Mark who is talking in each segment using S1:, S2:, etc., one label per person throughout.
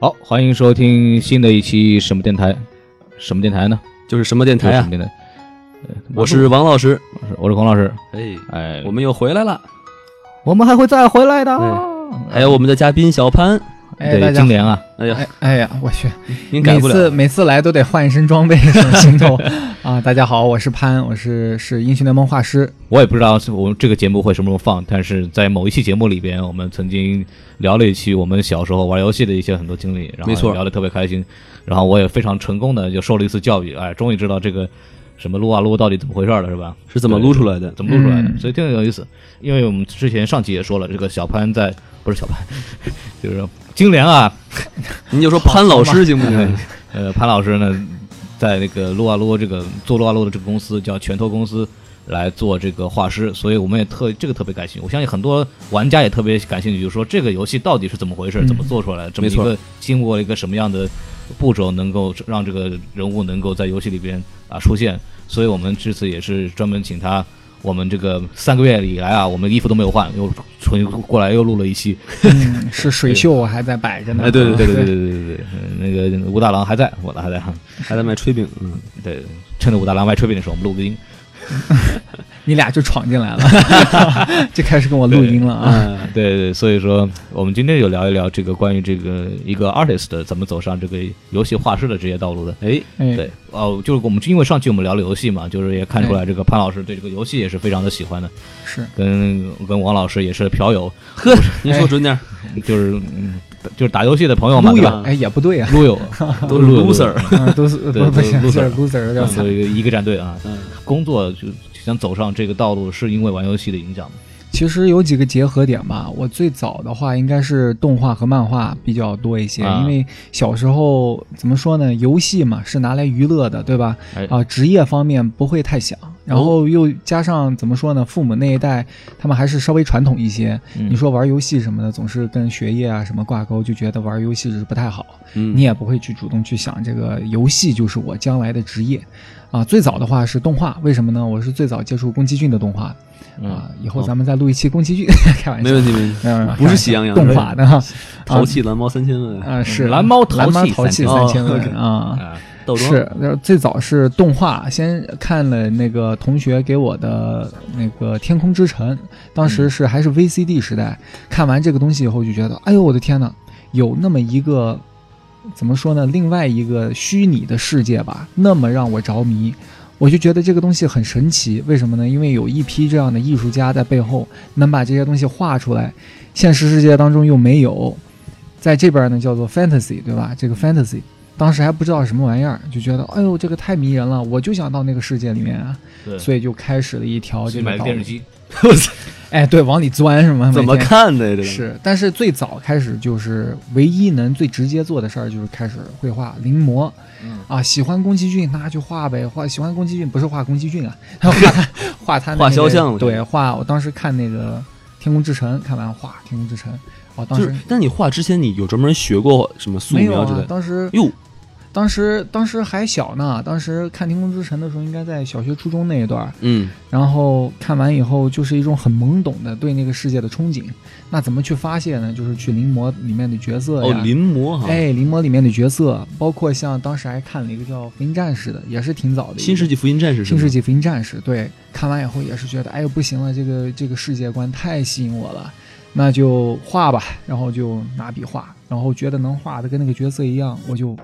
S1: 好，欢迎收听新的一期什么电台？什么电台呢？
S2: 就是什么电台
S1: 就是什
S2: 啊
S1: 么？电台？呃
S2: 我是王老师。
S1: 我是孔老师。
S2: 哎，
S1: 哎，
S2: 我们又回来了，
S1: 我们还会再回来的。
S2: 还有我们的嘉宾小潘。
S3: 哎，大
S1: 对，
S3: 家
S1: 金
S3: 好。
S1: 莲啊，
S2: 哎呀，
S3: 哎哎呀，我去！
S2: 您改
S3: 每
S2: 不
S3: 次
S2: 了。
S3: 每次来都得换一身装备，这种 行头啊！大家好，我是潘，我是是英雄联盟画师。
S1: 我也不知道我们这个节目会什么时候放，但是在某一期节目里边，我们曾经聊了一期我们小时候玩游戏的一些很多经历，然
S2: 没
S1: 后
S2: 错
S1: 聊得特别开心，然后我也非常成功的就受了一次教育，哎，终于知道这个什么撸啊撸到底怎么回事了，是吧？
S2: 是怎么撸出来的？
S1: 怎么录出来的，
S3: 嗯
S1: 所以挺有意思。因为我们之前上期也说了，这个小潘在不是小潘， 就是说金莲啊，
S2: 您就说潘老师行不行
S1: 嗯？呃，潘老师呢，在那个撸啊撸这个做撸啊撸的这个公司叫拳头公司来做这个画师，所以我们也特这个特别感兴趣。我相信很多玩家也特别感兴趣，就是说这个游戏到底是怎么回事，
S3: 嗯
S1: 怎么做出来的，这么一
S2: 没错
S1: 个经过了一个什么样的步骤，能够让这个人物能够在游戏里边啊出现。所以我们这次也是专门请他。我们这个三个月以来啊，我们衣服都没有换，又重新过来又录了一期，
S3: 嗯，是水袖，我还在摆着呢。
S1: 哎，对对对对对
S3: 对，
S1: 对对对，嗯那个武大郎还在，我的还在哈，
S2: 还在卖炊饼？嗯，
S1: 对，趁着武大郎外吹饼的时候，我们录个音。
S3: 你俩就闯进 来了， 就开始跟我录音了啊！
S1: 对
S2: 哎
S1: 嗯对，所以说我们今天就聊一聊这个关于这个一个 artist 怎么走上这个游戏画师的职业道路的。
S2: 哎，
S3: 哎，
S1: 对，哦，就是我们因为上期我们聊了游戏嘛，就是也看出来这个潘老师对这个游戏也是非常的喜欢的，
S3: 是
S1: 跟跟王老师也是嫖友，
S2: 呵，您说准点儿，
S1: 就是嗯就是打游戏的朋友嘛，对吧？
S3: 哎也不 对啊，
S1: 撸友
S2: 都是
S1: 撸友
S2: loser。
S3: 啊都是
S1: 对
S3: 不不行，
S1: 都
S3: 有
S1: 是 loser 嗯
S3: 点 loser 有点
S1: 所
S3: 惨。
S1: 以一个战队啊，
S2: 嗯，
S1: 工作就想走上这个道路，是因为玩游戏的影响吗？
S3: 其实有几个结合点吧。我最早的话应该是动画和漫画比较多一些，
S1: 啊
S3: 因为小时候怎么说呢，游戏嘛是拿来娱乐的，对吧
S1: 哎？
S3: 啊，职业方面不会太想，然后又加上怎么说呢，父母那一代他们还是稍微传统一些。
S1: 嗯
S3: 你说玩游戏什么的，总是跟学业啊什么挂钩，就觉得玩游戏是不太好。
S2: 嗯
S3: 你也不会去主动去想这个游戏就是我将来的职业。啊，最早的话是动画，为什么呢？我是最早接触宫崎骏的动画，啊，以后咱们再录一期宫崎骏， 开玩笑，
S2: 嗯哦没问题，没问题。
S3: 没有，没有，
S2: 不是喜羊羊
S3: 动画的哈，
S2: 淘气嗯蓝猫三千问，
S3: 啊是
S1: 蓝猫淘气
S3: 蓝猫淘气
S2: 三
S3: 三
S2: 千哦
S3: 千
S2: 问
S3: 问啊。
S1: 啊，
S2: 豆庄
S3: 是，那最早是动画，先看了那个同学给我的那个《天空之城》，当时
S2: 嗯
S3: 是还是 VCD 时代，看完这个东西以后就觉得，哎呦我的天呐，有那么一个怎么说呢，另外一个虚拟的世界吧，那么让我着迷。我就觉得这个东西很神奇，为什么呢？因为有一批这样的艺术家在背后能把这些东西画出来，现实世界当中又没有，在这边呢叫做 fantasy，对吧？这个 fantasy 当时还不知道什么玩意儿，就觉得哎呦这个太迷人了，我就想到那个世界里面啊，
S1: 对，
S3: 所以就开始了一条这
S1: 买个
S3: 个道
S1: 电
S3: 路
S1: 视。机，
S3: 哎，对，往里钻是吗？
S2: 怎么
S3: 每天
S2: 看的呀？这个
S3: 是，但是最早开始就是唯一能最直接做的事儿就是开始绘画临摹，
S1: 嗯
S3: 啊，喜欢宫崎骏那就画呗，画喜欢宫崎骏不是画宫崎骏啊， 画他画他那
S2: 画
S3: 个
S2: 肖像
S3: 对，画我当时看那个《天空之城》，看完画《天空之城》，哦，当
S2: 就
S3: 时
S2: 是，那你画之前你有专门学过什么素
S3: 没有
S2: 描之类
S3: 啊，
S2: 的？
S3: 当时
S2: 哟，
S3: 当时当时还小呢，当时看《天空之城》的时候应该在小学初中那一段儿，
S2: 嗯，
S3: 然后看完以后就是一种很懵懂的对那个世界的憧憬，那怎么去发泄呢？就是去临摹里面的角色
S2: 哦
S3: 呀，，
S2: 临摹哈，
S3: 哎，临摹里面的角色，包括像当时还看了一个叫《福音战士》的，也是挺早的一个，
S2: 新世纪福音战士是
S3: 新
S2: 吗，
S3: 世纪福音战士，对，看完以后也是觉得，哎呦不行了，这个这个世界观太吸引我了，那就画吧，然后就拿笔画，然后觉得能画的跟那个角色一样，我就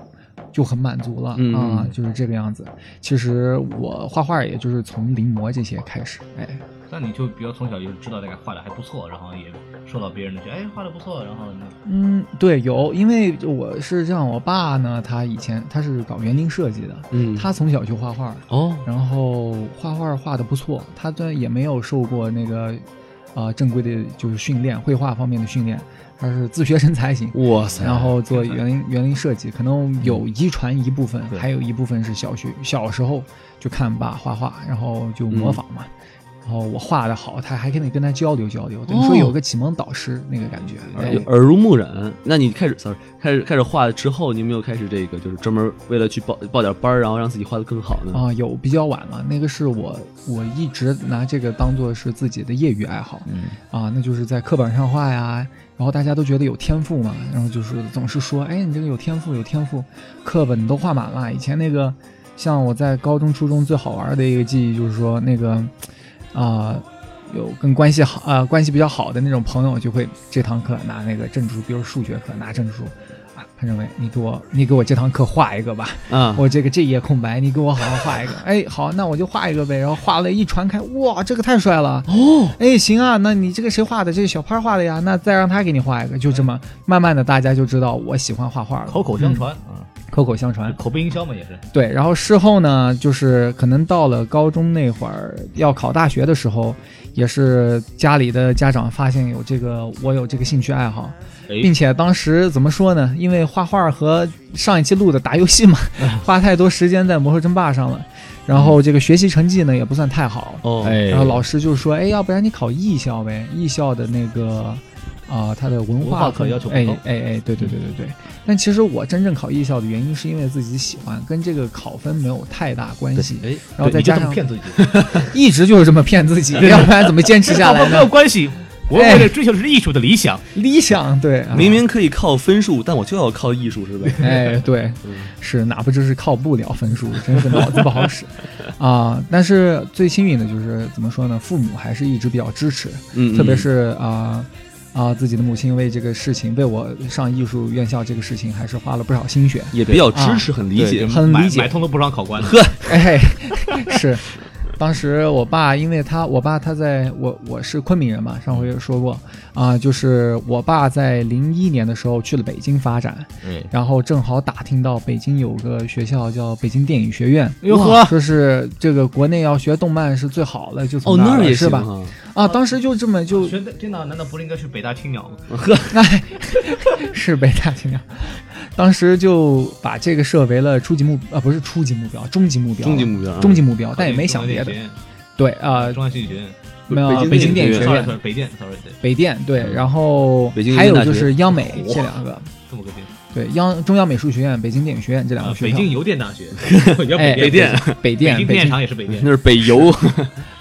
S3: 就很满足了、
S2: 嗯
S3: 啊，就是这个样子。其实我画画也就是从临摹这些开始，哎，
S1: 那你就比较从小就知道大概画的还不错，然后也受到别人的觉得，哎，画的不错，然后那
S3: 嗯，对，有，因为我是这样，我爸呢，他以前他是搞园林设计的，
S2: 嗯，
S3: 他从小就画画，
S2: 哦，
S3: 然后画画画的不错，他这也没有受过那个啊、呃正规的就是训练，绘画方面的训练，他是自学成才型。
S2: 哇塞，
S3: 然后做园林园林设计，可能有遗传一部分，
S1: 对
S3: 还有一部分是小学小时候就看爸画画，然后就模仿嘛。
S1: 嗯
S3: 然后我画的好，他还可以跟他交流交流，等于
S1: 哦
S3: 说有个启蒙导师那个感觉。
S1: 嗯
S2: 耳
S3: 对
S2: 耳濡目染。那你开始，sorry，开始开始画了之后，你有没有开始这个，就是专门为了去报报点班儿，然后让自己画的更好呢？
S3: 啊、有比较晚了，那个是我我一直拿这个当做是自己的业余爱好，
S1: 嗯
S3: 啊，那就是在课本上画呀，然后大家都觉得有天赋嘛，然后就是总是说，哎，你这个有天赋，有天赋，课本都画满了。以前那个，像我在高中、初中最好玩的一个记忆就是说，那个，啊、有跟关系好啊、关系比较好的那种朋友，就会这堂课拿那个证书，比如数学课拿证书，啊，潘政委，你给我你给我这堂课画一个吧，
S2: 啊，
S3: 我这个这页空白，你给我好好画一个。哎，好，那我就画一个呗。然后画了一传开，哇，这个太帅了哦！哎，行啊，那你这个谁画的？这是小潘画的呀。那再让他给你画一个，就这么慢慢的，大家就知道我喜欢画画了，
S1: 口口相传啊，
S3: 口口相传。
S1: 口碑营销嘛也是，
S3: 对，然后事后呢，就是可能到了高中那会儿要考大学的时候，也是家里的家长发现有这个我有这个兴趣爱好，
S1: 哎
S3: 并且当时怎么说呢？因为画画和上一期录的打游戏嘛，花太多时间在魔兽争霸上了，然后这个学习成绩呢也不算太好，
S2: 哦，
S1: 哎
S3: 然后老师就说，哎，要不然你考艺校呗？艺校的那个。啊、他的文
S1: 文化
S3: 化
S1: 课要求不
S3: 哎
S1: 高
S3: 哎哎，对对对对对。但其实我真正考艺校的原因是因为自己喜欢，跟这个考分没有太大关系。
S2: 哎，
S3: 然后
S1: 对
S3: 再
S1: 你就
S3: 加
S1: 这么
S3: 上
S1: 骗自己，
S3: 一直就是这么骗 自己，要不然怎么坚持下
S1: 好吧
S3: 来
S1: 没有
S3: 呢？哎
S1: 关系，我为了追求的是艺术的理想，
S3: 理想对，啊
S2: 明明可以靠分数，但我就要靠艺术，是 吧？
S3: 哎，对，
S2: 嗯
S3: 是哪不知是靠不了分数，真是脑子不好使啊、但是最幸运的就是怎么说呢，父母还是一直比较支持，
S2: 嗯，
S3: 特别是啊啊、自己的母亲为这个事情，为我上艺术院校这个事情，还是花了不少心血。
S2: 也比较支持，很理
S1: 对
S2: 解
S1: 就。
S3: 很
S1: 买
S3: 理解
S1: 买通了不少考官，
S3: 哎，是，当时我爸，因为他，我爸他在我我是昆明人嘛，上回也说过啊、就是我爸在零一年的时候去了北京发展，
S1: 嗯
S3: 然后正好打听到北京有个学校叫北京电影学院，
S1: 哟呵
S3: 哇说是这个国内要学动漫是最好的，就从
S2: 哦，
S3: 那
S2: 那儿
S3: 来
S2: 也
S3: 是
S2: 行
S3: 吧？
S2: 啊，
S3: 啊，当时就这么就
S1: 真的真的，难道不是应该去北大青鸟吗？
S2: 啊
S3: 哎，是北大青鸟。当时就把这个设为了初级目啊，不是初级目标，终极目标，
S2: 终极目标啊，
S3: 终极目标，但也没想别的。对啊、
S1: 中央戏剧学院，
S3: 没有
S2: 北京
S3: 京
S2: 电
S3: 电
S2: 影
S3: 影
S2: 学
S3: 学
S1: sorry
S3: 院、
S1: sorry，北电，sorry，对，
S3: 北电对，
S1: 嗯
S3: 然后
S2: 北京
S3: 还
S2: 邮
S3: 有
S2: 电大
S3: 就
S2: 学
S3: 是央美这两个，
S1: 这么个编。
S3: 对央中央美术学院、北京电影学院这两
S1: 啊
S3: 个，学
S1: 北
S3: 校。
S1: 京邮电大 学，要
S3: 哎
S1: 北电，北
S3: 北电、
S1: 京
S3: 北
S1: 电
S3: 京
S1: 厂也是北电
S2: 那是北邮，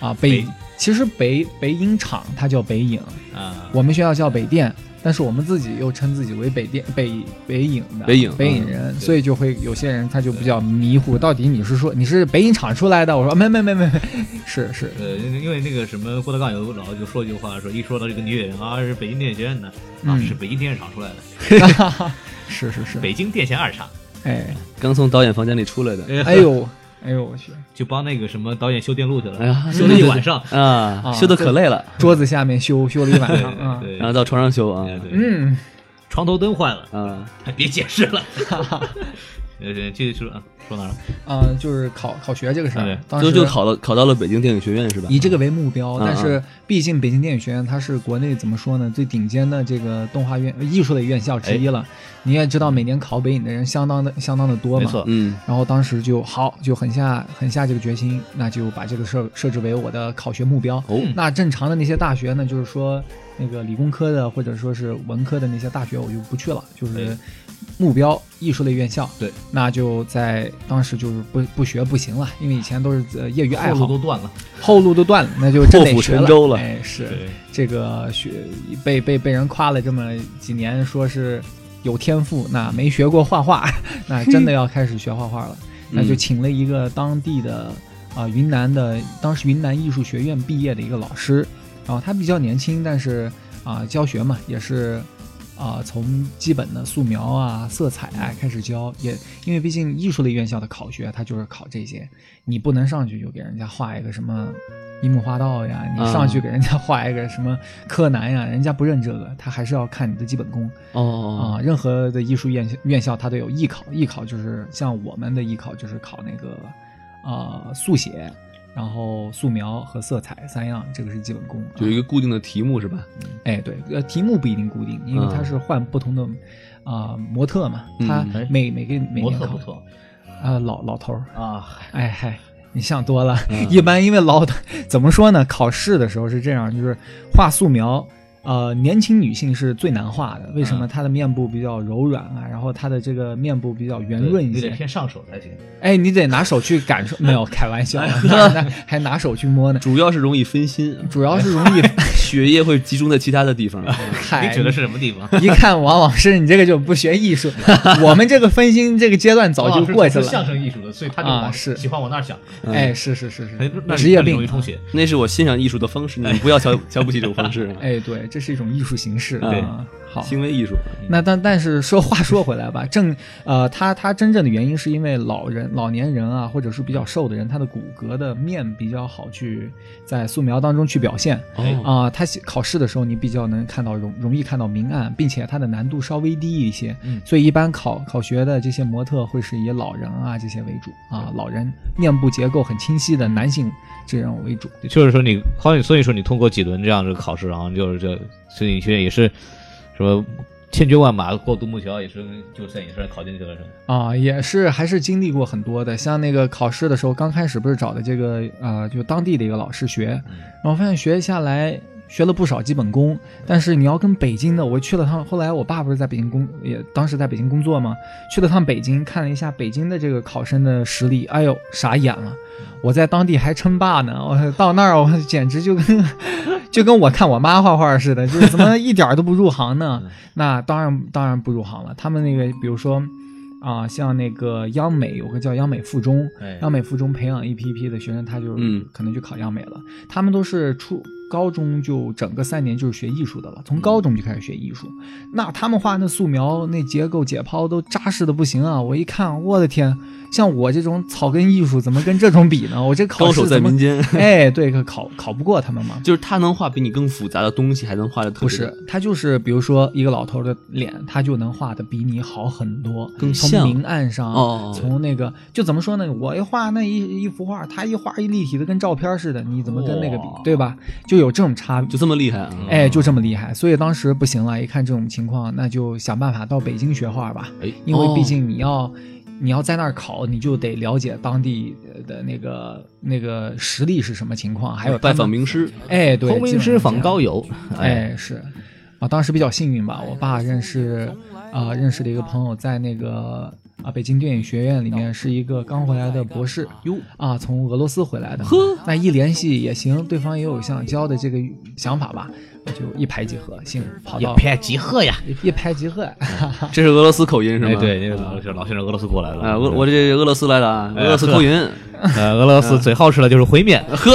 S3: 啊，北
S1: 北
S3: 其实北北影厂它叫北影，
S1: 啊。
S3: 我们学校叫北电，但是我们自己又称自己为北电北北影的
S2: 北影嗯
S3: 北影人，所以就会有些人他就比较迷糊，到底你是说你是北影厂出来的？我说啊没没没没没，是 是，
S1: 呃，因为因为那个什么郭德纲有老就说一句话，说一说到这个女演员啊，是北京电影学院的，啊，
S3: 嗯
S1: 是北京电视厂出来的，
S3: 是是是，
S1: 北京电线二厂，
S3: 哎
S2: 刚从导演房间里出来的。
S3: 哎呦哎呦我去，
S1: 就帮那个什么导演修电路去了，
S2: 哎呀，
S1: 修了一晚 上，
S2: 啊，
S3: 啊
S2: 修的可累了，
S3: 桌子下面修修了一晚
S1: 对
S3: 上啊，
S1: 对
S2: 然后到床上修啊，
S1: 对对，对，
S3: 嗯，
S1: 床头灯坏了，
S2: 啊，
S1: 别解释 了，呃，继续说啊，说哪儿了？
S3: 啊、就是考考学这个事
S1: 对
S3: 儿，当
S2: 就
S3: 时
S2: 就考到考到了北京电影学院是吧？
S3: 以这个为目标，
S2: 嗯
S3: 但是毕竟北京电影学院它是国内怎么说呢，最顶尖的这个动画院呃艺术类院校之一
S1: 哎
S3: 了。你也知道，每年考北影的人相当的相当的多
S1: 没
S3: 嘛。
S1: 错，
S2: 嗯，
S3: 然后当时就好，就狠下狠下这个决心，那就把这个设设置为我的考学目标。
S2: 哦
S3: 那正常的那些大学呢，就是说那个理工科的或者说是文科的那些大学，我就不去了，就是
S1: 对
S3: 目标艺术类院校。
S1: 哎对，
S3: 那就在当时就是不不学不行了，因为以前都是呃业余爱
S1: 后
S3: 好
S1: 路，都断了，
S3: 后路都断了，那就真得学
S2: 破釜沉舟了
S3: 了。哎，是
S1: 对，
S3: 这个学被被被人夸了这么几年，说是有天赋，那没学过画画， 那真的要开始学画画了。那就请了一个当地的啊、云南的，当时云南艺术学院毕业的一个老师，然后他比较年轻，但是啊、教学嘛也是啊、从基本的素描啊、色彩啊开始教，也因为毕竟艺术类院校的考学，它就是考这些，你不能上去就给人家画一个什么樱木花道呀，你上去给人家画一个什么柯南呀，人家不认这个，他还是要看你的基本功啊、
S2: 哦，
S3: 任何的艺术院校院校它都有艺考，艺考就是像我们的艺考就是考那个啊、速写。然后素描和色彩三样，这个是基本功。啊
S2: 有一个固定的题目是吧？
S3: 哎，对，呃，题目不一定固定，因为它是换不同的啊、模特嘛，它
S1: 嗯
S3: 每、每个每
S1: 模
S3: 年
S1: 特
S3: 考
S1: 不错
S3: 啊、老老头儿，
S1: 啊，
S3: 哎嗨，你想多了。
S1: 嗯
S3: 一般因为老怎么说呢，考试的时候是这样，就是画素描。呃，年轻女性是最难画的，为什么？
S1: 嗯
S3: 她的面部比较柔软啊，然后她的这个面部比较圆润一
S1: 有
S3: 些
S1: 点，偏上手才行。
S3: 哎，你得拿手去 感受，没有开玩笑，那那还拿手去摸呢，
S2: 主要是容易分心，
S3: 主要是容 易
S2: 血液会集中在其他的地 方。
S3: 嗨，
S1: 你指的是什么地方？
S3: 一看王老师，你这个就不学 艺术，我们这个分心这个阶段
S1: 哦
S3: 早就过去
S1: 王老师啊是相
S3: 了。
S1: 声艺术的，所以他就
S3: 啊
S1: 往
S3: 是
S1: 喜欢往那儿想，
S3: 哎，是是是
S1: 哎
S3: 是
S1: 那，
S3: 职业
S1: 那容易
S3: 病。
S1: 充血。
S2: 那是我欣赏艺术的方式，你们不要瞧瞧不起这种方 式啊，
S3: 哎，对，这是一种艺术形式。
S2: 对
S3: 啊，好。
S2: 行为艺术。
S3: 那但但是说话说回来吧，正呃，他他真正的原因是因为老人、老年人啊，或者是比较瘦的人，他的骨骼的面比较好去在素描当中去表现。
S2: 哦，
S3: 啊、他写考试的时候，你比较能看到容容易看到明暗，并且它的难度稍微低一些，
S1: 嗯
S3: 所以一般考考学的这些模特会是以老人啊这些为主啊，老人面部结构很清晰的男性这种为主。
S1: 就是说你，好，所以说你通过几轮这样的考试，然后就是这，所以你现在也是什么千军万马过独木桥，也是就算也是考进去了，是吗？
S3: 啊，也是还是经历过很多的，像那个考试的时候，刚开始不是找的这个呃，就当地的一个老师学，然后发现学下来学了不少基本功，但是你要跟北京的，我去了趟，后来我爸不是在北京工，也当时在北京工作嘛，去了趟北京，看了一下北京的这个考生的实力，哎呦，傻眼了。我在当地还称霸呢，我到那儿我 简直就跟就跟我看我妈画画似的，就是怎么一点儿都不入行呢？那当然当然不入行了。他们那个比如说啊、像那个央美有个叫央美附中，
S1: 哎
S3: 央美附中培养一批一批的学生，他就
S2: 嗯
S3: 可能就考央美了。他们都是初高中就整个三年就是学艺术的了，从高中就开始学艺术。那他们画那素描、那结构、解剖都扎实的不行啊！我一看，我的天，像我这种草根艺术怎么跟这种比呢？我这考
S2: 高
S3: 试
S2: 手在
S3: 怎么
S2: 民？间，
S3: 哎，对，可考考不过他们嘛。
S2: 就是他能画比你更复杂的东西，还能画的特别
S3: 不是，他就是比如说一个老头的脸，他就能画的比你好很多，
S2: 更
S3: 从
S2: 像
S3: 明暗上，
S2: 哦哦哦
S3: 从那个就怎么说呢？我一画那一一幅画，他一画一立体的跟照片似的，你怎么跟那个比，
S2: 哇
S3: 对吧？就有这种差
S2: 就这么厉害啊！
S3: 哎，就这么厉害，所以当时不行了，一看这种情况，那就想办法到北京学画吧，
S1: 哎
S3: 因为
S2: 哦
S3: 毕竟你要、你要在那儿考，你就得了解当地的那个那个实力是什么情况，还有他
S2: 拜
S3: 们
S2: 访名师，
S3: 哎，对，
S1: 空
S3: 基
S1: 名
S3: 本
S1: 师
S3: 上
S1: 访
S3: 这样
S1: 高友，哎，
S3: 哎，是，啊，当时比较幸运吧，我爸认识，啊、认识的一个朋友在那个啊北京电影学院里面是一个刚回来的博士，
S2: 哟
S3: 啊，从俄罗斯回来的，那一联系也行，对方也有想交的这个想法吧，就一拍即合，行，跑
S1: 也
S3: 到
S1: 拍集合呀，
S3: 一拍即合，啊
S2: 这是俄罗斯口音是吗？
S1: 哎，对，那个老是老啊先生俄罗斯过来了，
S2: 哎，我我这俄罗斯来的啊，
S1: 哎
S2: 俄罗斯口音。
S1: 呃俄罗斯最好吃的就是烩 面，
S2: 呵，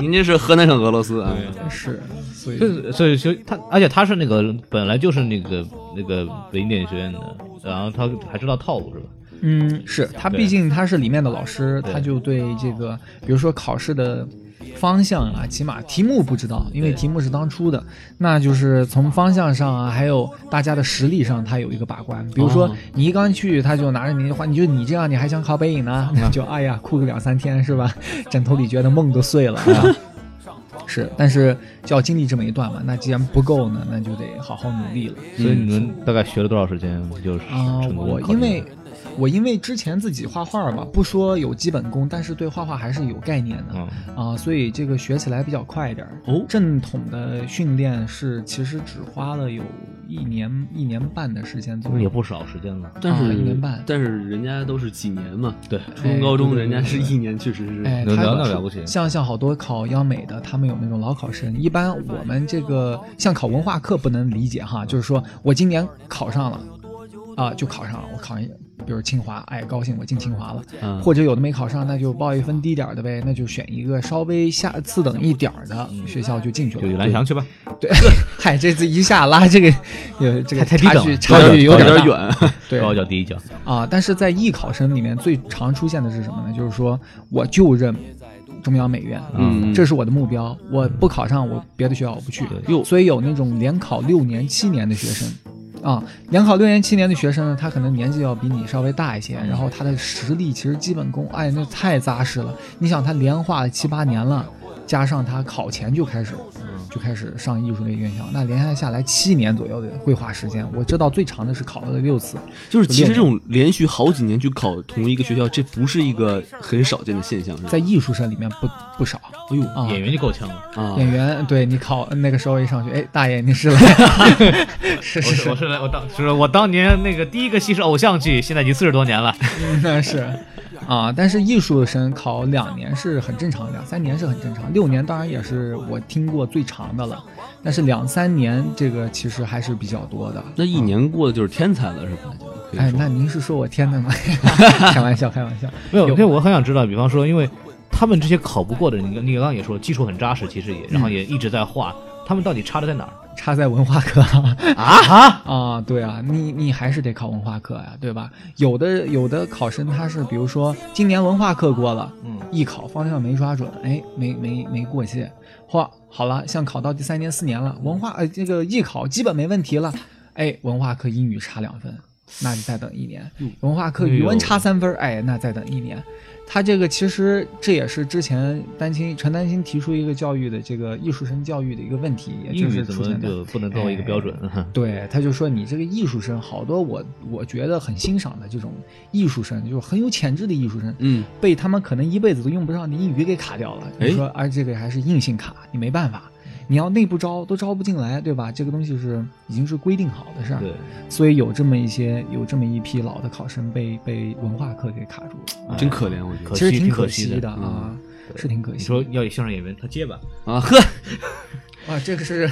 S2: 您这是河南省俄罗斯啊？
S3: 是，所以
S1: 就是所以所以他，而且他是那个本来就是那个那个北京电影学院的，然后他还知道套路是吧？
S3: 嗯，是他，
S1: 对
S3: 毕竟他是里面的老师，
S1: 对
S3: 他就对这个，比如说考试的方向啊，起码题目不知道，因为题目是当初的，那就是从方向上啊，还有大家的实力上，他有一个把关。比如说
S2: 哦
S3: 你一刚去，他就拿着你的话，你就你这 样，你还想考北影
S1: 啊
S3: 呢？就哎呀，哭个两三天是吧？枕头里觉得梦都碎 了啊。是，但是就要经历这么一段嘛。那既然不够呢，那就得好好努力了。
S1: 所以你们大概学了多少时间就是
S3: 啊、
S1: 成功
S3: 我
S1: 考进
S3: 因
S1: 去
S3: 为我因为之前自己画画嘛，不说有基本功，但是对画画还是有概念的啊、
S1: 嗯
S3: 所以这个学起来比较快一点儿。
S2: 哦
S3: 正统的训练是其实只花了有一年一年半的时间左右，
S1: 也不少时间了。
S2: 但
S3: 啊
S2: 是
S3: 一年半
S2: 但是人家都是几年嘛，
S1: 对，
S2: 初中高中
S3: 对对
S2: 人
S3: 对
S2: 家是一年，确实是。
S3: 哎，
S1: 能
S3: 他
S1: 聊
S3: 有
S1: 那
S3: 出
S1: 了不起
S3: 像像好多考央美的，他们有那种老考生。一般我们这个像考文化课不能理解哈，就是说我今年考上了，啊，就考上了。我考上，比如清华，哎，高兴，我进清华了。
S2: 嗯，
S3: 或者有的没考上，那就报一分低点儿的呗，那就选一个稍微下次等一点儿的学校就进去
S1: 嗯就
S3: 了。
S1: 有蓝翔去吧。
S3: 对，嗨，这次一下拉这个，呃，这个
S1: 太太低
S3: 差
S1: 等
S3: 距
S1: 了
S3: 差
S1: 高
S3: 距有
S2: 有
S3: 点
S2: 点
S3: 大
S2: 远，
S3: 对
S1: 高一脚低一脚，
S3: 啊。但是在艺考生里面最常出现的是什么呢？就是说，我就认中央美院，
S2: 嗯，
S3: 这是我的目标，我不考上我别的学校我不去。
S2: 哟
S3: 所以有那种连考六年、七年的学生。啊，连考六年、七年的学生呢，他可能年纪要比你稍微大一些，然后他的实力其实基本功，哎，那太扎实了。你想，他连画了七八年了，加上他考前就开始，就开始上艺术类院校，那连下下来七年左右的绘画时间，我知道最长的是考了六次。
S2: 就是其实这种连续好几年去考同一个学校，这不是一个很少见的现象，是吧
S3: 在艺术生里面不不少
S2: 哎呦
S3: 啊。
S1: 演员就够呛 了。
S2: 啊
S3: 演员，对你考那个时候一上去，哎，大爷你是 来，是
S1: 我是
S3: 是是
S1: 我， 是来我当是我当年那个第一个戏是偶像剧，现在已经四十多年了。
S3: 那是啊。但是艺术生考两年是很正常，两三年是很正常，六年当然也是我听过最长的了。但是两三年这个其实还是比较多的。
S2: 那一年过的就是天才了，是吧？就可以
S3: 哎，
S2: 说
S3: 那您是说我天呐 吗？开玩笑，开玩笑。
S1: 没有，
S3: 有
S1: 因为我很想知道，比方说，因为他们这些考不过的人，你刚你刚刚也说基础很扎实，其实也，然后也一直在画，他们到底差的在哪儿
S3: 差在文化课
S1: 啊？
S3: 啊，对啊，你你还是得考文化课呀、对吧？有的有的考生他是，比如说今年文化课过了，
S1: 嗯，
S3: 艺考方向没抓准，哎，没没没过去，或好了，像考到第三年四年了，
S1: 嗯
S3: 文化呃这个艺考基本没问题了，哎，文化课英语差两分，那就再等一年；文化课语文差三分，哎，那再等一年。他这个其实这也是之前丹青陈丹青提出一个教育的这个艺术生教育的一个问题，也
S1: 英
S3: 就
S1: 语
S3: 是
S1: 怎
S3: 出
S1: 么
S3: 现在
S1: 就不能作为一个标准？
S3: 对，他就说你这个艺术生，好多我我觉得很欣赏的这种艺术生，就是很有潜质的艺术生，
S2: 嗯，
S3: 被他们可能一辈子都用不上的英语给卡掉了。
S2: 哎
S3: 你说，啊而这个还是硬性卡，你没办法，
S1: 嗯
S3: 你要内部招都招不进来，对吧？这个东西是已经是规定好的事 儿，
S1: 对，
S3: 所以有这么一些有这么一批老的考生被被文化课给卡住了，
S2: 真可怜，我觉得
S1: 可惜
S3: 其实挺
S1: 挺
S3: 可
S1: 惜
S3: 惜
S1: 的嗯
S3: 的啊，是挺可惜。
S1: 你说要有相声演员，他接吧，
S3: 哎
S2: 啊呵，
S3: 啊，这个是，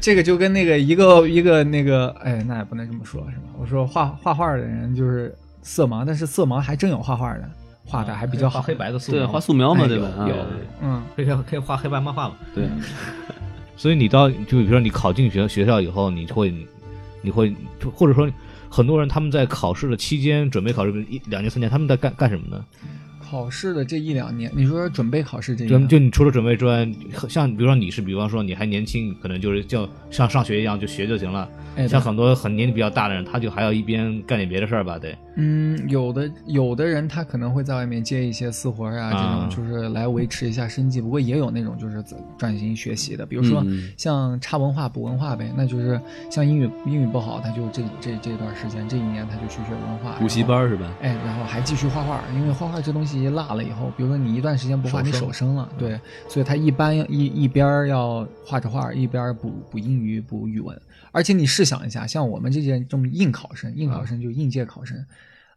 S3: 这个就跟那个一个一个那个，哎，那也不能这么说，是吧？我说画画画的人就是色盲，但是色盲还真有画画的，画的还比较好，
S1: 啊画黑白的素描，
S2: 对，画素描嘛，
S3: 哎
S2: 对吧？
S3: 有
S2: 啊
S3: 有嗯，
S1: 可以可以画黑白漫画嘛。
S2: 对，
S1: 所以你到就比如说你考进学学校以后，你会你会就或者说很多人他们在考试的期间准备考试一两年三年，他们在干干什么呢？
S3: 考试的这一两年，你说准备考试这一
S1: 就
S3: 两
S1: 就你除了准备之外，像比如说你是，比方说你还年轻，可能就是就像上学一样就学就行了。
S3: 哎，
S1: 像很多很年纪比较大的人，他就还要一边干点别的事儿吧，得。
S3: 嗯，有的有的人他可能会在外面接一些私活儿
S1: 啊
S3: 啊，这种就是来维持一下生计。不过也有那种就是自转型学习的，比如说
S2: 嗯
S3: 像差文化补文化呗，那就是像英语英语不好，他就这这这段时间这一年他就学学文化
S2: 补习。班儿是吧？
S3: 然后哎，然后还继续画画，因为画画这东西落了以后，比如说你一段时间不画，
S1: 手
S3: 你
S1: 生嗯
S3: 手生了，对，所以他一般要一一边儿要画着画，一边儿补补英语、补语文。而且你试想一下，像我们这些这么应考生，应考
S1: 嗯
S3: 生就应届考生，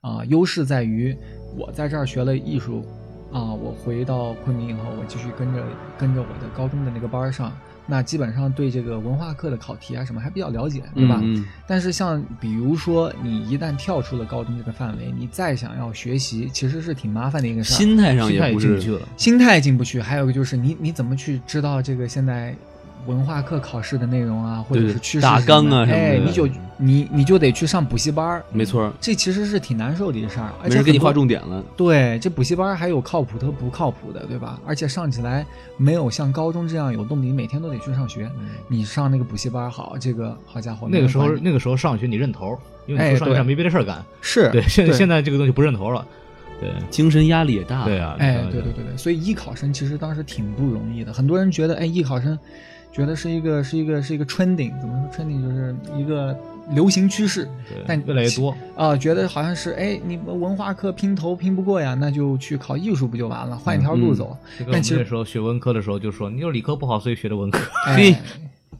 S3: 啊、优势在于我在这儿学了艺术，啊、我回到昆明以后，我继续跟着跟着我的高中的那个班儿上，那基本上对这个文化课的考题啊什么还比较了解，对吧？
S2: 嗯
S3: 但是像比如说你一旦跳出了高中这个范围，你再想要学习，其实是挺麻烦的一个事儿。
S2: 心态上
S1: 心态
S2: 也
S1: 也
S2: 不
S1: 进
S2: 是
S1: 不去了。
S3: 心态进不去，还有一个就是你你怎么去知道这个现在文化课考试的内容啊，或者
S2: 对
S3: 是趋势
S2: 大
S3: 是什么
S2: 纲啊
S3: 的哎
S2: 什，么的
S3: 你就你你就得去上补习班儿，
S2: 没错儿，
S3: 这其实是挺难受的一事儿。而
S2: 没
S3: 且
S2: 人给你
S3: 很多
S2: 划重点了。
S3: 对，这补习班还有靠谱的不靠谱的，对吧？而且上起来没有像高中这样有动力，每天都得去上学。
S2: 嗯
S3: 你上那个补习班好，这个好家伙，
S1: 那个时候
S3: 没人管你
S1: 那个时候上学你认头儿，因为
S3: 哎
S1: 你说上学
S3: 对
S1: 上没别的事儿干。
S3: 是
S1: 对，现现在这个东西不认头了。对
S2: 精神压力也大，
S1: 对啊，你，
S3: 哎对
S1: 看
S3: 对对对，所以艺考生其实当时挺不容易的。很多人觉得，哎，艺考生觉得是一个是一个是一个 trending，怎么说 trending 就是一个流行趋势
S1: 对
S3: 但
S1: 越来越多。
S3: 啊、觉得好像是哎，你们文化课拼头拼不过呀，那就去考艺术不就完了，换一条
S1: 嗯
S3: 路走。
S1: 这个我
S3: 但
S1: 们
S3: 其实
S1: 那时候学文科的时候就说，你就是理科不好，所以学的文科。
S3: 哎，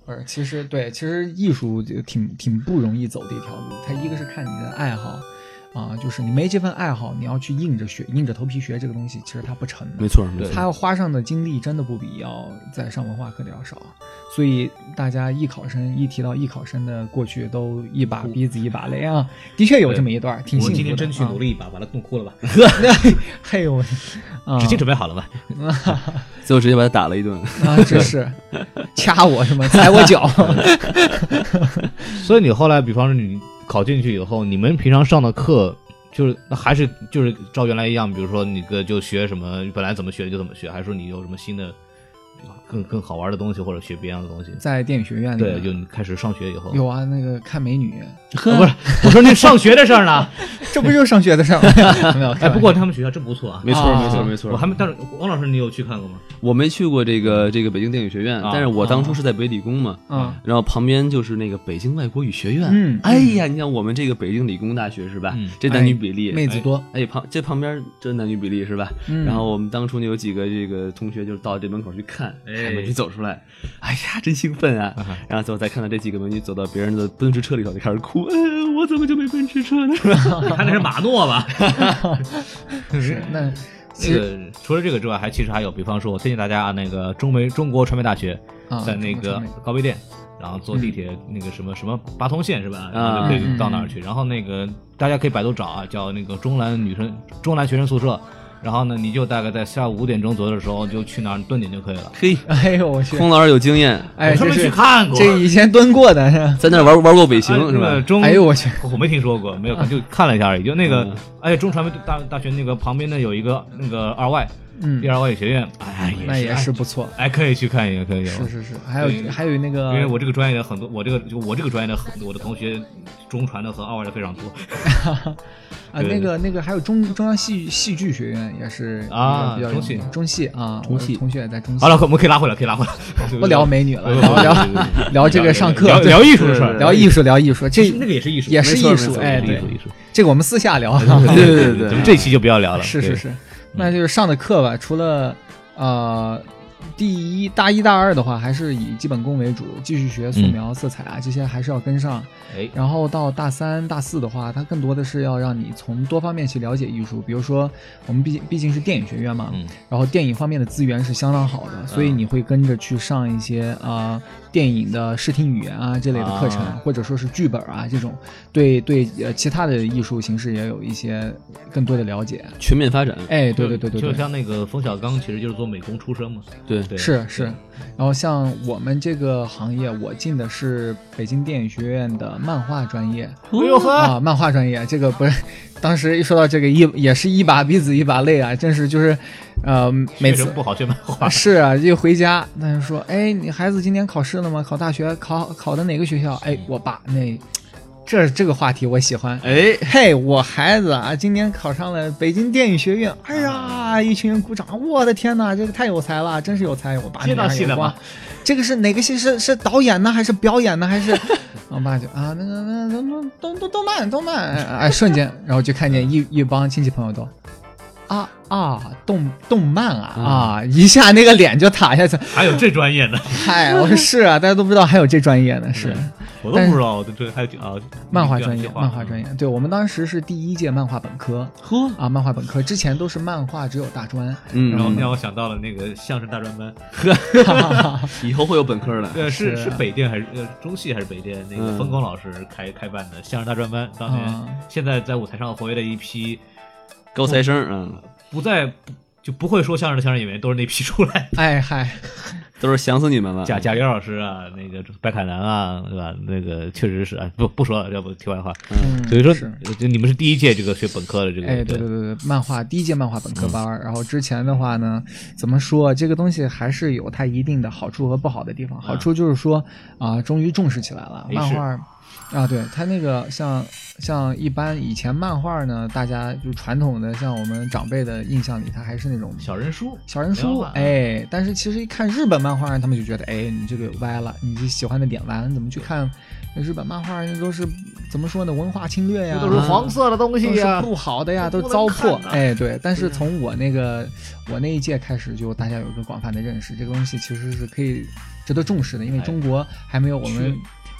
S3: 不是，其实对，其实艺术就挺挺不容易走的一条路。它一个是看你的爱好，啊，就是你没这份爱好，你要去硬着学、硬着头皮学这个东西，其实它不成的
S2: 没。错没
S1: 对
S2: 错，
S3: 他要花上的精力真的不比要在上文化课里要少，所以大家艺考生一提到艺考生的过去，都一把鼻子一把泪啊，的确有这么一段，挺
S1: 我
S3: 幸
S1: 今
S3: 福
S1: 天
S3: 的。啊
S1: 争取努力一把，把它弄哭了吧？
S3: 嘿呦，啊
S1: 纸巾准备好了吧？
S2: 最后直接把他打了一顿。
S3: 啊，这是掐我是吗？踩我脚。
S1: 所以你后来，比方说你考进去以后，你们平常上的课就是那还是就是照原来一样，比如说你个就学什么，本来怎么学就怎么学，还是说你有什么新的更更好玩的东西，或者学别样的东西？
S3: 在电影学院里
S1: 对，
S3: 面
S1: 就你开始上学以后，
S3: 有啊，那个看美女，
S1: 啊不是我说那上学的事儿 呢？
S3: 这不就是上学的事儿吗？ 没有，
S1: 哎，不过他们学校真不错啊。
S2: 没错
S3: 啊
S2: 没错没错，
S1: 我还没，但是王老师，你有去看过 吗？
S2: 我没去过这个这个北京电影学院
S1: 啊，
S2: 但是我当初是在北理工嘛，
S3: 嗯
S2: 然后旁边就是那个北京外国语学院。
S3: 嗯
S2: 哎呀，你像我们这个北京理工大学是吧
S1: 嗯？
S2: 这男女比例，
S3: 妹子多，
S2: 哎旁这旁边这男女比例是吧？
S3: 嗯
S2: 然后我们当初呢有几个这个同学就到这门口去看，
S1: 哎
S2: 看美女走出来，哎呀真兴奋啊！然后最后再看到这几个美女走到别人的奔驰车里头就开始哭，哎，我怎么就没奔驰车呢？
S1: 你看那是马诺吧？
S3: 是那
S1: 这
S3: 其实
S1: 个除了这个之外，还其实还有，比方说，我推荐大家啊，那个中美中国传媒大学
S3: 啊，
S1: 在那个
S3: 中国传媒嗯
S1: 高碑店，然后坐地铁那个什么什么八通线是吧？然后
S2: 啊
S1: 可以到那儿去。然后那个大家可以百度找啊，叫那个中南女生中南学生宿舍。然后呢，你就大概在下午五点钟左右的时候就去那儿蹲点就可以了。
S2: 嘿，
S3: 哎呦我去，
S2: 孔老师有经验，
S3: 哎，
S1: 我专
S3: 这
S1: 门去
S3: 是
S1: 看过，
S3: 这以前蹲过的是吧？
S2: 在那儿玩玩过北
S1: 哎
S2: 行
S1: 那
S2: 是
S1: 个
S2: 吧？
S1: 中
S3: 哎呦我去，
S1: 我没听说过，没有看，就看了一下而已。就那 个
S2: 嗯，
S1: 而且中传媒大大学那个旁边呢有一个那个二外，
S3: 嗯
S1: 第，二外语学院，哎，
S3: 那也
S1: 是
S3: 是，不错，
S1: 哎，可以去看一眼，可以。
S3: 是是是，还有
S1: 对
S3: 还有那个
S1: 因为我这个专业的很多，我这个就我这个专业的很我的同学，中传的和二外的非常多。
S3: 啊，
S1: 对
S3: 那个那个还有中中央戏戏剧学院也是
S1: 啊
S3: 一个比较有
S1: 中戏
S3: 名中戏啊，
S2: 中戏
S3: 我同学也在中戏。
S1: 好了，我们可以拉回来，可以拉回来，
S3: 不聊美女了，
S1: 对
S3: 聊聊
S1: 对对对
S3: 聊这个上课，
S1: 聊
S3: 对
S1: 聊艺术的事儿，
S3: 聊艺术，聊艺术，这
S1: 其实那个也是艺术，
S3: 也是
S2: 没错
S3: 艺
S2: 没
S3: 术，
S2: 错
S3: 哎，
S1: 也是艺
S3: 对
S1: 术，，艺术。
S3: 这个我们私下聊。
S2: 对对对对
S1: 咱们这期就不要聊了。
S3: 是
S1: 啊对嗯
S3: 是，是，那就是上的课吧，除了呃第一大一大二的话，还是以基本功为主，继续学素
S1: 嗯
S3: 描、色彩啊这些还是要跟上。
S1: 哎，
S3: 然后到大三、大四的话，它更多的是要让你从多方面去了解艺术，比如说我们毕竟毕竟是电影学院嘛，
S1: 嗯
S3: 然后电影方面的资源是相当好的，所以你会跟着去上一些啊、呃电影的视听语言啊这类的课程，
S1: 啊
S3: 或者说是剧本啊这种，对对呃其他的艺术形式也有一些更多的了解。
S2: 全面发展，
S3: 哎，对对对对
S1: 就
S3: 对，
S1: 像那个冯小刚，其实就是做美工出身嘛。
S2: 对
S1: 对，
S3: 是是。然后像我们这个行业，我进的是北京电影学院的漫画专业。
S1: 哎呦呵，
S3: 啊，漫画专业这个不是，当时一说到这个一也是一把鼻子一把泪啊，真是就是，呃，每
S1: 学
S3: 次
S1: 生不好学漫画，
S3: 是啊，一回家那就说，哎，你孩子今年考试了吗？考大学考考的哪个学校？哎，我爸那，这这个话题我喜欢。
S2: 哎，
S3: 嘿，我孩子啊，今年考上了北京电影学院。哎呀，
S1: 啊
S3: 一群人鼓掌，我的天哪，这个太有才了，真是有才！我爸
S1: 接到
S3: 那
S1: 戏了吗
S3: 吗？这个是哪个戏？是是导演呢，还是表演呢，还是？我爸就啊，那个那那那动动动漫动漫，哎，瞬间，然后就看见一一帮亲戚朋友都。啊啊，动动漫啊啊！一下那个脸就塌下去，
S1: 还有这专业的，
S3: 嗨，我说是啊，大家都不知道还有这专业呢，是
S1: 我都不知道，我这还有啊，
S3: 漫画专业，漫画专
S1: 业。
S3: 业。对我们当时是第一届漫画本科，
S2: 呵，
S3: 啊，漫画本科之前都是漫画，只有大专。
S2: 嗯，
S1: 然后让我想到了那个相声大专班，
S2: 以后会有本科的，
S1: 对，呃是
S3: 是
S1: 是北电还是呃中戏还是北电那个
S2: 嗯
S1: 风光老师开开办的相声大专班，当
S3: 啊
S1: 年现在在舞台上活跃的一批
S2: 高材生啊，
S1: 不在不就不会说相声的相声演员，都是那批出来的，
S3: 哎嗨，
S2: 都是想死你们了。
S1: 贾贾云老师啊，那个白凯南啊，对吧？那个确实是，哎，不不说了，要不题外话。
S3: 嗯，
S1: 所以说
S3: 是，
S1: 就你们是第一届这个学本科的这个，
S3: 哎，对对对对，漫画第一届漫画本科班儿，然后之前的话呢，怎么说这个东西还是有它一定的好处和不好的地方。好
S1: 嗯
S3: 处就是说啊，终于重视起来了
S1: 哎
S3: 漫
S1: 是
S3: 画儿。啊，对它那个像像一般以前漫画儿呢，大家就传统的像我们长辈的印象里，它还是那种
S1: 小人书，
S3: 小人
S1: 没有
S3: 书
S1: 吧，
S3: 哎，但是其实一看日本漫画，他们就觉得，哎，你这个歪了，你这喜欢的点歪了，你怎么去看日本漫画？那都是怎么说呢？文化侵略呀，啊
S1: 这都是黄色的东
S3: 都
S1: 西
S3: 是
S1: 呀，
S3: 不好的呀，
S1: 都不
S3: 都是
S1: 能
S3: 糟粕
S1: 看。的
S3: 哎，对。但是从我那个我那一届开始，就大家有一个广泛的认识，这个东西其实是可以值得重视的，因为
S1: 哎
S3: 中国还没有我们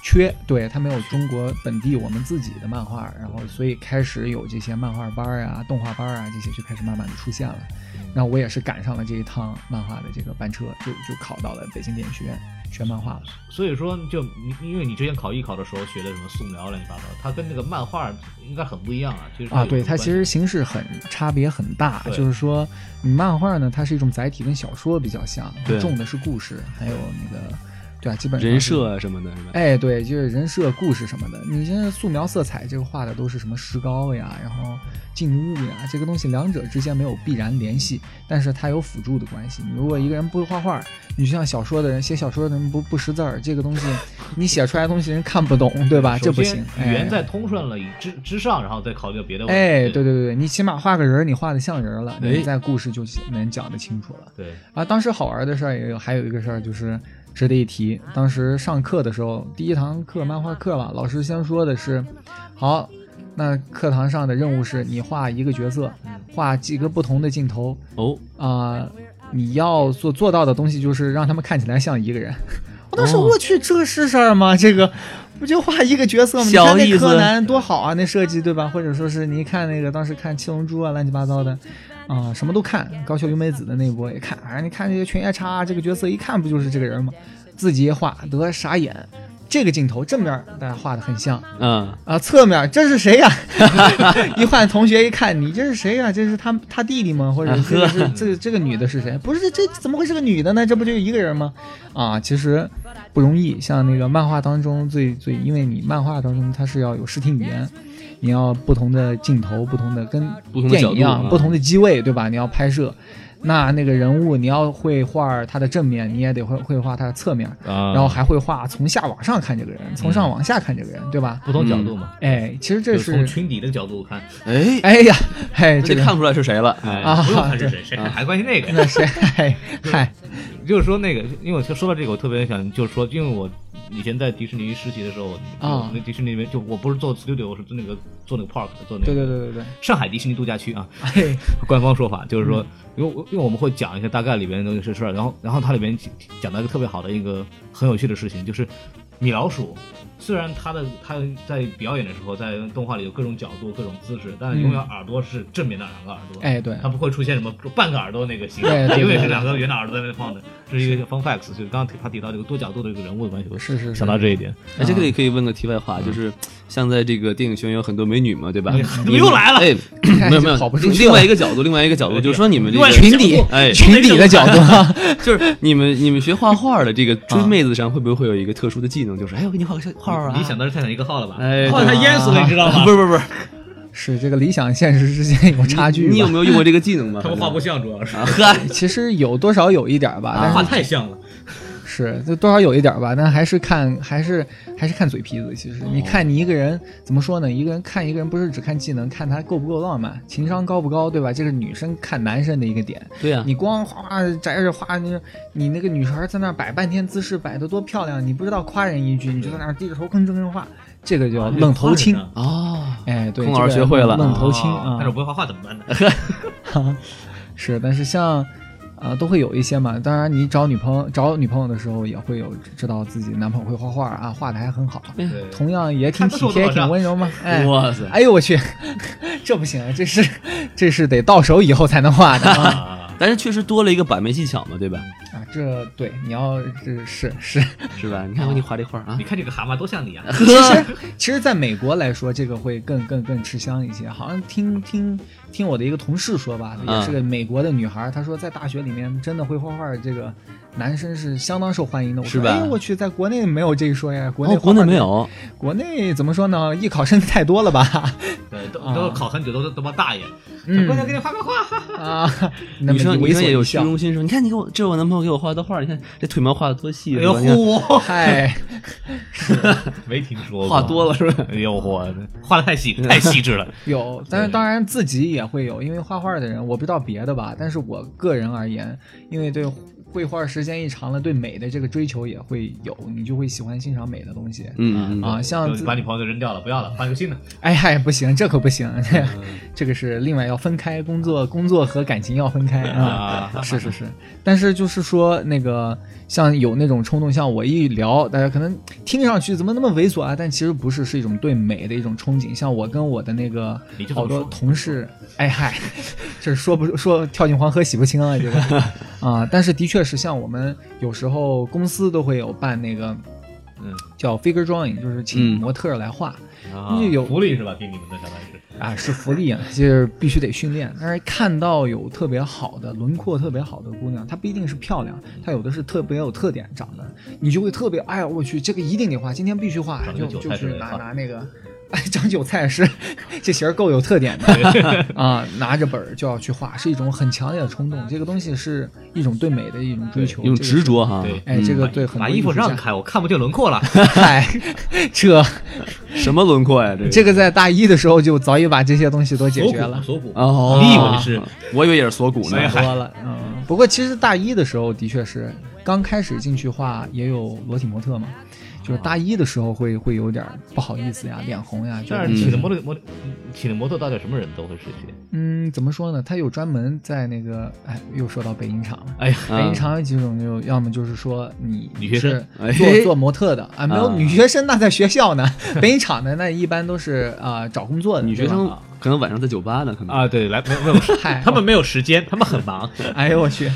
S3: 缺，对它没有中国本地我们自己的漫画，然后所以开始有这些漫画班儿啊、动画班儿啊这些就开始慢慢的出现了。
S1: 嗯
S3: 那我也是赶上了这一趟漫画的这个班车，就就考到了北京电影学院学漫画了。
S1: 所以说，就你因为你之前考艺考的时候学的什么素描乱七八糟，它跟那个漫画应该很不一样啊。就是
S3: 啊，
S1: 有什
S3: 对，
S1: 么
S3: 它
S1: 关
S3: 其
S1: 系
S3: 实形式很差别很大，
S1: 对
S3: 就是说，你漫画呢，它是一种载体，跟小说比较像，它
S2: 对
S3: 重的是故事，还有那个，对啊，基本上
S2: 人
S3: 是。
S2: 设啊什么的，是吧？
S3: 哎，对，就是人设、故事什么的。你现在素描、色彩这个画的都是什么石膏呀，然后静物呀，这个东西两者之间没有必然联系，但是它有辅助的关系。你如果一个人不会画画，你就像小说的人写小说的人不不识字儿，这个东西 你写出来的东西人看不懂，对吧？这
S1: 首
S3: 不
S1: 先
S3: 行。
S1: 语言
S3: 哎
S1: 在通顺了以之之上，然后再考虑别的问题。
S3: 哎，对
S1: 对
S3: 对对对，你起码画个人儿，你画的像人儿了，
S1: 哎
S3: 你在故事就能讲得清楚了。
S1: 对，
S3: 啊，当时好玩的事儿也有，还有一个事儿就是值得一提。当时上课的时候，第一堂课漫画课嘛，老师先说的是，好，那课堂上的任务是你画一个角色，画几个不同的镜头
S2: 哦，
S3: 啊、你要做做到的东西就是让他们看起来像一个人。 我
S2: 哦
S3: 当时我去，这个是事儿吗？这个不就画一个角色吗？你
S2: 小
S3: 看那
S2: 意思
S3: 柯南多好啊，那设计对吧？或者说是你一看那个当时看七龙珠啊，乱七八糟的，啊、什么都看，高桥由美子的那一波也看啊，你看这些犬夜叉这个角色一看不就是这个人吗？自己一画得傻眼，这个镜头正面大家画的很像，
S2: 嗯，
S3: 啊，侧面这是谁呀、 一换同学一看，你这是谁呀、这是他他弟弟吗？或者这个是这这个女的是谁？不是这怎么会是个女的呢？这不就一个人吗？啊，其实不容易。像那个漫画当中最最，因为你漫画当中它是要有视听语言，你要不同的镜头、不同的跟
S2: 不同的
S3: 电
S2: 角
S3: 影
S2: 度
S3: 一样、
S2: 啊
S3: 不同的机位，对吧？你要拍摄。那那个人物，你要会画他的正面，你也得会会画他的侧面，
S1: 啊
S3: 然后还会画从下往上看这个人，从上往下看这个人，对吧？
S1: 不同角度嘛，
S3: 哎，其实这
S1: 就是从
S3: 是，
S1: 裙底的角度看，
S2: 哎，
S3: 哎呀，哎，
S2: 那
S3: 这
S2: 就
S3: 个
S2: 看不出来是谁了，哎，
S3: 啊
S1: 不用看是
S3: 对
S1: 谁，谁还关心那个？
S3: 那谁，嗨哎嗨，
S1: 就是说那个，因为我说到这个，我特别想就是说，因为我以前在迪士尼实习的时候，
S3: 啊
S1: 那迪士尼里面就我不是做 studio，我是做那个做那个 park，做那个
S3: 对对对对对，
S1: 上海迪士尼度假区啊，
S3: 哎，
S1: 官方说法就是说，因为我因为我们会讲一些大概里边的事事儿，然后然后它里边讲到一个特别好的一个很有趣的事情，就是米老鼠。虽然它的它在表演的时候，在动画里有各种角度、各种姿势，但是永远耳朵是正面的两个耳朵，
S3: 哎对
S1: 它不会出现什么半个耳朵那个形状，
S3: 对
S1: 它
S3: 对
S1: 永远
S3: 对
S1: 是两个圆的耳朵在那放着，这是一个 fun facts，就是刚刚他提到这个多角度的一个人物的关系，我
S3: 是是是
S1: 想到这一点，
S2: 哎，这个也可以问个题外话，就是像在这个电影学院有很多美女嘛，对吧？
S1: 怎么又来了？
S2: 哎，没有没有，
S3: 跑不出去了
S2: 另外一个角度，另外一个角度，就是说你们这
S1: 另外
S2: 个
S1: 一个
S3: 群体
S1: 角度
S2: 哎
S3: 群体的角度，
S2: 就是你们你们学画画的这个追妹子上会不会会有一个特殊的技能？就是哎，我给你画个小画啊，
S1: 你想到是泰坦尼克号了吧？
S2: 哎
S1: 后来他淹死了，你知道吗？
S3: 哎
S2: 不是不是不是，
S3: 是这个理想现实之间有差距吧
S2: 你有没有用过这个技能吗？
S1: 他们画不像，主要是
S2: 啊，呵，
S3: 其实有多少有一点儿吧，但
S2: 啊
S3: 是
S1: 画太像了。
S3: 是，就多少有一点儿吧，但还是看，还是还是看嘴皮子。其实，你看你一个人怎么说呢？一个人看一个人，不是只看技能，看他够不够浪漫，情商高不高，对吧？这是女生看男生的一个点。
S2: 对呀，
S3: 你光哗哗摘着花，你你那个女孩在那儿摆半天姿势，摆得多漂亮，你不知道夸人一句，你就在那儿低着头吭哧吭哧画，这个
S1: 啊
S3: 叫愣头青。
S2: 哦，
S3: 哎，对，
S2: 孔
S3: 这
S2: 老师
S3: 个
S2: 学会了
S3: 愣头青啊。
S1: 但是我不会画画怎么办 呢？
S3: 是，但是像，呃，都会有一些嘛。当然，你找女朋友找女朋友的时候，也会有知道自己男朋友会画画啊，画的还很好，
S1: 对
S3: 同样也
S1: 看
S3: 挺
S1: 不
S3: 体
S1: 出
S3: 贴、
S1: 多少
S3: 挺温柔嘛。哎，
S2: 哇塞，
S3: 哎呦 我去，这不行，啊，这是这是得到手以后才能画的啊！
S1: 啊，
S2: 但是确实多了一个板面技巧嘛，对吧？
S3: 啊这对你要这是是，
S2: 是吧？
S3: 哦
S2: 你看我给你画这画啊
S1: 你，看这个蛤蟆多像 你啊！
S3: 其实其实在美国来说，这个会更更更吃香一些。好像听听听我的一个同事说吧，
S2: 嗯
S3: 也是个美国的女孩，她说在大学里面真的会画画这个男生是相当受欢迎的。我说
S2: 是吧
S3: 哎，我去，在国内没有这一说呀，国内、
S2: 哦，国内没，有，
S3: 国内怎么说呢？艺考生太多了吧？
S1: 对，都
S3: 啊
S1: 都考很久，都都他妈大爷，
S3: 嗯
S1: 过来给你画个画。
S3: 啊，那么
S2: 女生
S3: 你
S2: 女
S3: 猥
S2: 生
S3: 琐
S2: 也有
S3: 一
S2: 虚
S3: 笑，
S2: 荣心说，你看你给我，这是我男朋友给我画的画，你看这腿毛画的多细，
S1: 哎
S2: 是
S1: 呦
S2: 吧你看
S1: 嚯，
S3: 嗨，
S1: 没听说过，
S2: 画多了是吧？
S1: 哎呦嚯，画的太细太细致了。
S3: 有，但是当然自己也会有，因为画画的人我不知道别的吧，但是我个人而言，因为对绘画时间一长了，对美的这个追求也会有，你就会喜欢欣赏美的东西。
S2: 嗯嗯嗯
S3: 啊，像自
S1: 把你朋友都扔掉了，不要了，换个新的。
S3: 哎嗨，不行，这可不行，这 这个是另外要分开，工作工作和感情要分开 啊。是是是，但是就是说那个像有那种冲动，像我一聊，大家可能听上去怎么那么猥琐啊？但其实不是，是一种对美的一种憧憬。像我跟我的那个
S1: 你就这么
S3: 好多
S1: 说
S3: 同事，哎嗨， 这说不说跳进黄河洗不清啊，这个 啊，但是的确是像我们有时候公司都会有办那个。
S1: 嗯，
S3: 叫 figure drawing，就是
S2: 嗯
S3: 请模特儿来画，
S1: 啊
S3: 就有
S1: 福利是吧？给你们的相当于是。
S3: 啊，是福利啊，就是必须得训练。但是看到有特别好的轮廓、特别好的姑娘，她不一定是漂亮，她有的是特别有特点长得，你就会特别哎呀，我去，这个一定得画，今天必须画，
S1: 长得
S3: 就
S1: 跟韭
S3: 就
S1: 菜
S3: 是
S1: 似的
S3: 拿
S1: 画
S3: 拿那个。哎，长韭菜是 这型儿够有特点的 啊！拿着本儿就要去画，是一种很强烈的冲动。这个东西是一种对美的一种追求，
S2: 一种
S3: 这个
S2: 执
S3: 是。
S2: 着哈。
S1: 对
S3: 哎，这个对很
S1: 嗯把
S3: 多
S1: 衣服
S3: 艺术家
S1: 让， 开，我看不见轮廓了。
S3: 嗨，这
S2: 什么轮廓呀？这个
S3: 这个在大一的时候就早已把这些东西都解
S1: 锁
S3: 决了啊
S1: 骨，。锁骨。
S2: 哦，
S1: 你以为是？
S2: 我以为也是锁骨呢。
S3: 想多了。嗯，不过其实大一的时候的确是刚开始进去画也有裸体模特嘛，
S1: 哦
S3: 就是大一的时候会会有点不好意思呀、脸红呀，就
S1: 但
S3: 是
S1: 是请的模特模特请的模特到底什么人都会是一些。
S3: 嗯，怎么说呢？他有专门在那个，哎，又说到北影厂了。
S1: 哎 呀，
S3: 北影厂有几种，就要么就是说你
S1: 女学生
S3: 是
S2: 哎
S3: 做做模特的啊，没有
S2: 啊
S3: 女学生那在学校呢， 北影厂的那一般都是啊找工作的
S2: 女学，
S3: 对
S2: 生
S3: 吧
S2: 可能晚上在酒吧呢，可能。
S1: 啊，对，来没有没有时
S3: 嗨，
S1: 他们没有时间，他们很 忙。
S3: 哎呦我去，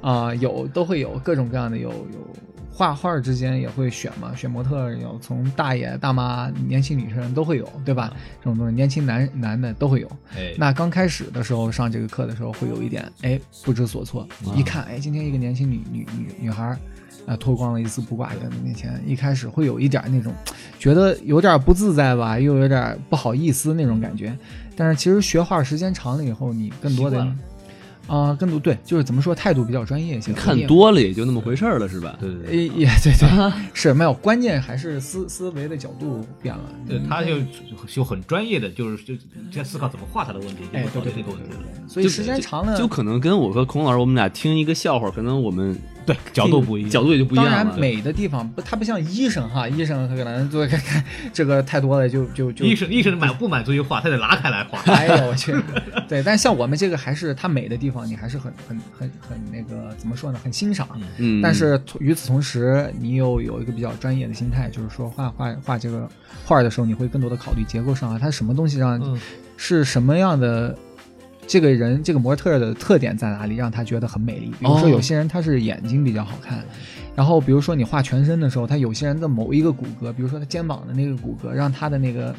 S3: 啊、有都会有各种各样的，有有画画之间也会选嘛，选模特儿有从大爷大妈、年轻女生都会有，对吧？这种东西，年轻男男的都会有。
S1: 哎，
S3: 那刚开始的时候上这个课的时候，会有一点哎不知所措，
S2: 啊
S3: 一看哎今天一个年轻女女女女孩儿。啊，脱光了一丝不挂在你面前，一开始会有一点儿那种，觉得有点儿不自在吧，又有点儿不好意思那种感觉。但是其实学画时间长了以后，你更多的
S1: 习惯
S3: 啊
S1: 了、
S3: 更多对，就是怎么说态度比较专业一些。
S2: 看
S3: 你也
S2: 多了也就那么回事儿了，是吧？
S1: 对对对。
S3: 也也对
S1: 啊
S3: 对，是没有关键还是思思维的角度变了。
S1: 对，
S3: 嗯
S1: 他就就很专业的，就是就在思考怎么画他的问题，
S3: 哎
S1: 就不考虑
S3: 对对
S1: 这个问题了。
S3: 所以时间长了
S2: 就可能跟我和孔老师我们俩听一个笑话，可能我们
S1: 对，角度不一样，
S2: 角度也就不一
S3: 当
S2: 样
S3: 然
S2: 了。
S3: 美的地方不，它不像医生哈，医生可能做这个太多了，就就就
S1: 医生医生满不满足于画，他得拉开来 画。
S3: 哎呦我去， 对，但像我们这个还是它美的地方，你还是很很很很那个怎么说呢，很欣赏。
S2: 嗯，
S3: 但是同与此同时，你又有一个比较专业的心态，就是说画画画这个画儿的时候，你会更多的考虑结构上啊，它什么东西让、
S1: 嗯
S3: 是什么样的。这个人，这个模特儿的特点在哪里，让他觉得很美丽？比如
S2: 哦
S3: 说，有些人他是眼睛比较好看，然后比如说你画全身的时候，他有些人的某一个骨骼，比如说他肩膀的那个骨骼，让他的那个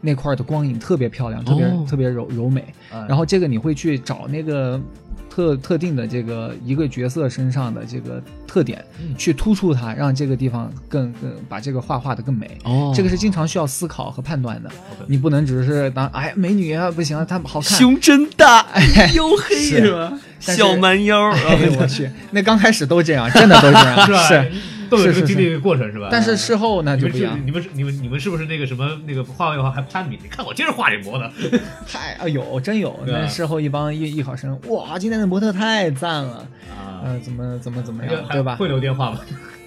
S3: 那块儿的光影特别漂亮，特别、
S2: 哦
S3: 特别柔柔美。
S1: 嗯
S3: 然后这个你会去找那个特特定的这个一个角色身上的这个特点，
S1: 嗯
S3: 去突出它，让这个地方更更把这个画画的更美。
S2: 哦，
S3: 这个是经常需要思考和判断的，你不能只是当哎美女啊不行，她好看。哎
S2: 胸真大，黝黑
S3: 是
S2: 是吧？
S3: 但是
S2: 小蛮腰， 啊
S3: 哎呦我去，那刚开始都这样，真的都这 样，
S1: 是啊吧？
S3: 是。
S1: 都有
S3: 是
S1: 这个
S3: 是
S1: 经历的过程是吧？嗯
S3: 但是事后呢
S1: 你
S3: 就
S1: 们
S3: 不一
S1: 是
S3: 样，
S1: 你们是你们你们是不是那个什么那个画外画还攀比？你看我今儿画这 模的，
S3: 太啊有真有，
S1: 对啊
S3: 那事后一帮艺艺考生，哇，今天的模特太赞了，
S1: 啊，
S3: 呃，怎么怎么怎么
S1: 那个
S3: 样，
S1: 还
S3: 对吧？
S1: 会留电话吗？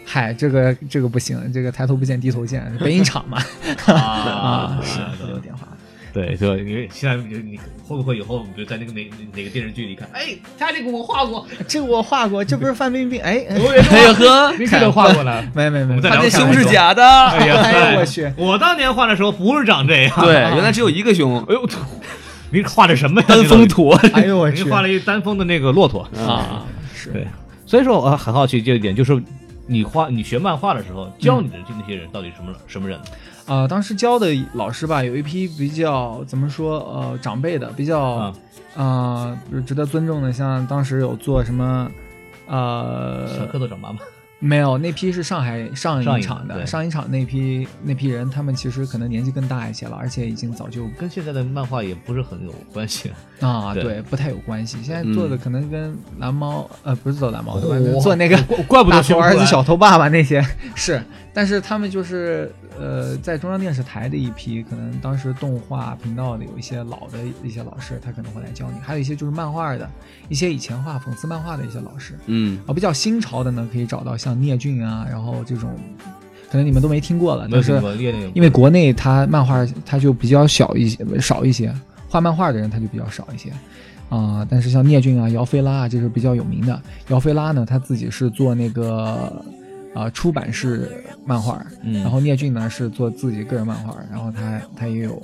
S3: 嗨，这个这个不行，这个抬头不见低头见，北影厂 嘛， 啊，是
S1: 对
S3: 都有电话。
S1: 对， 就因为现在你会不会以后，比如在那个哪哪个电视剧里看，哎，他这个我画过，
S3: 这个我画过，这不是范冰冰？ 哎，
S1: 我也
S2: 哎呦 呵，
S1: 明确的画过了。
S3: 没没
S1: 我
S3: 没，
S1: 们再
S2: 他
S1: 聊
S2: 这
S1: 天
S2: 胸是
S1: 开玩笑
S2: 假的。
S1: 哎呀，
S3: 哎呦我去
S1: 我当年画的时候不是长这样，
S2: 对，原来只有一 个胸，
S1: 哎呦， 你画的什么呀？
S2: 单峰图。
S3: 哎呦我
S1: 你
S3: 去
S1: 画了一单峰的那个骆驼
S3: 啊，是
S1: 对所以说，我很好奇这一点，就是你画你学漫画的时候，教你的那些人到底什么什么人？
S3: 啊，当时教的老师吧，有一批比较怎么说呃长辈的，比较
S1: 啊
S3: 啊值得尊重的，像当时有做什么
S1: 小
S3: 呃
S1: 蝌蚪找妈妈，
S3: 没有，那批是上海上
S1: 上
S3: 影
S1: 影
S3: 厂
S1: 对
S3: 的，上影厂那批那批人，他们其实可能年纪更大一些了，而且已经早就
S1: 跟现在的漫画也不是很有关系。
S3: 啊，
S1: 对
S3: 对，不太有关系。现在做的
S2: 嗯
S3: 可能跟蓝猫，呃，不是做 蓝猫，对吧
S1: 哦
S3: 做那个
S1: 怪怪不得
S3: 大头
S1: 凶
S3: 儿
S1: 出
S3: 子、
S1: 来
S3: 小头爸爸那些是，但是他们就是呃，在中央电视台的一批，可能当时动画频道的有一些老的一些老师，他可能会来教你；还有一些就是漫画的，一些以前画讽刺漫画的一些老师。
S2: 嗯，
S3: 啊，比较新潮的呢，可以找到像聂俊啊，然后这种，可能你们都没听过了，
S1: 没有
S3: 但
S1: 什
S3: 是
S1: 么列那
S3: 因为国内它漫画它就比较小一些，少一些，画漫画的人他就比较少一些。啊、但是像聂俊啊、姚菲拉啊，这是比较有名的。姚菲拉呢，他自己是做那个啊、出版式漫画，
S1: 嗯
S3: 然后聂俊呢是做自己个人漫画，然后他他也有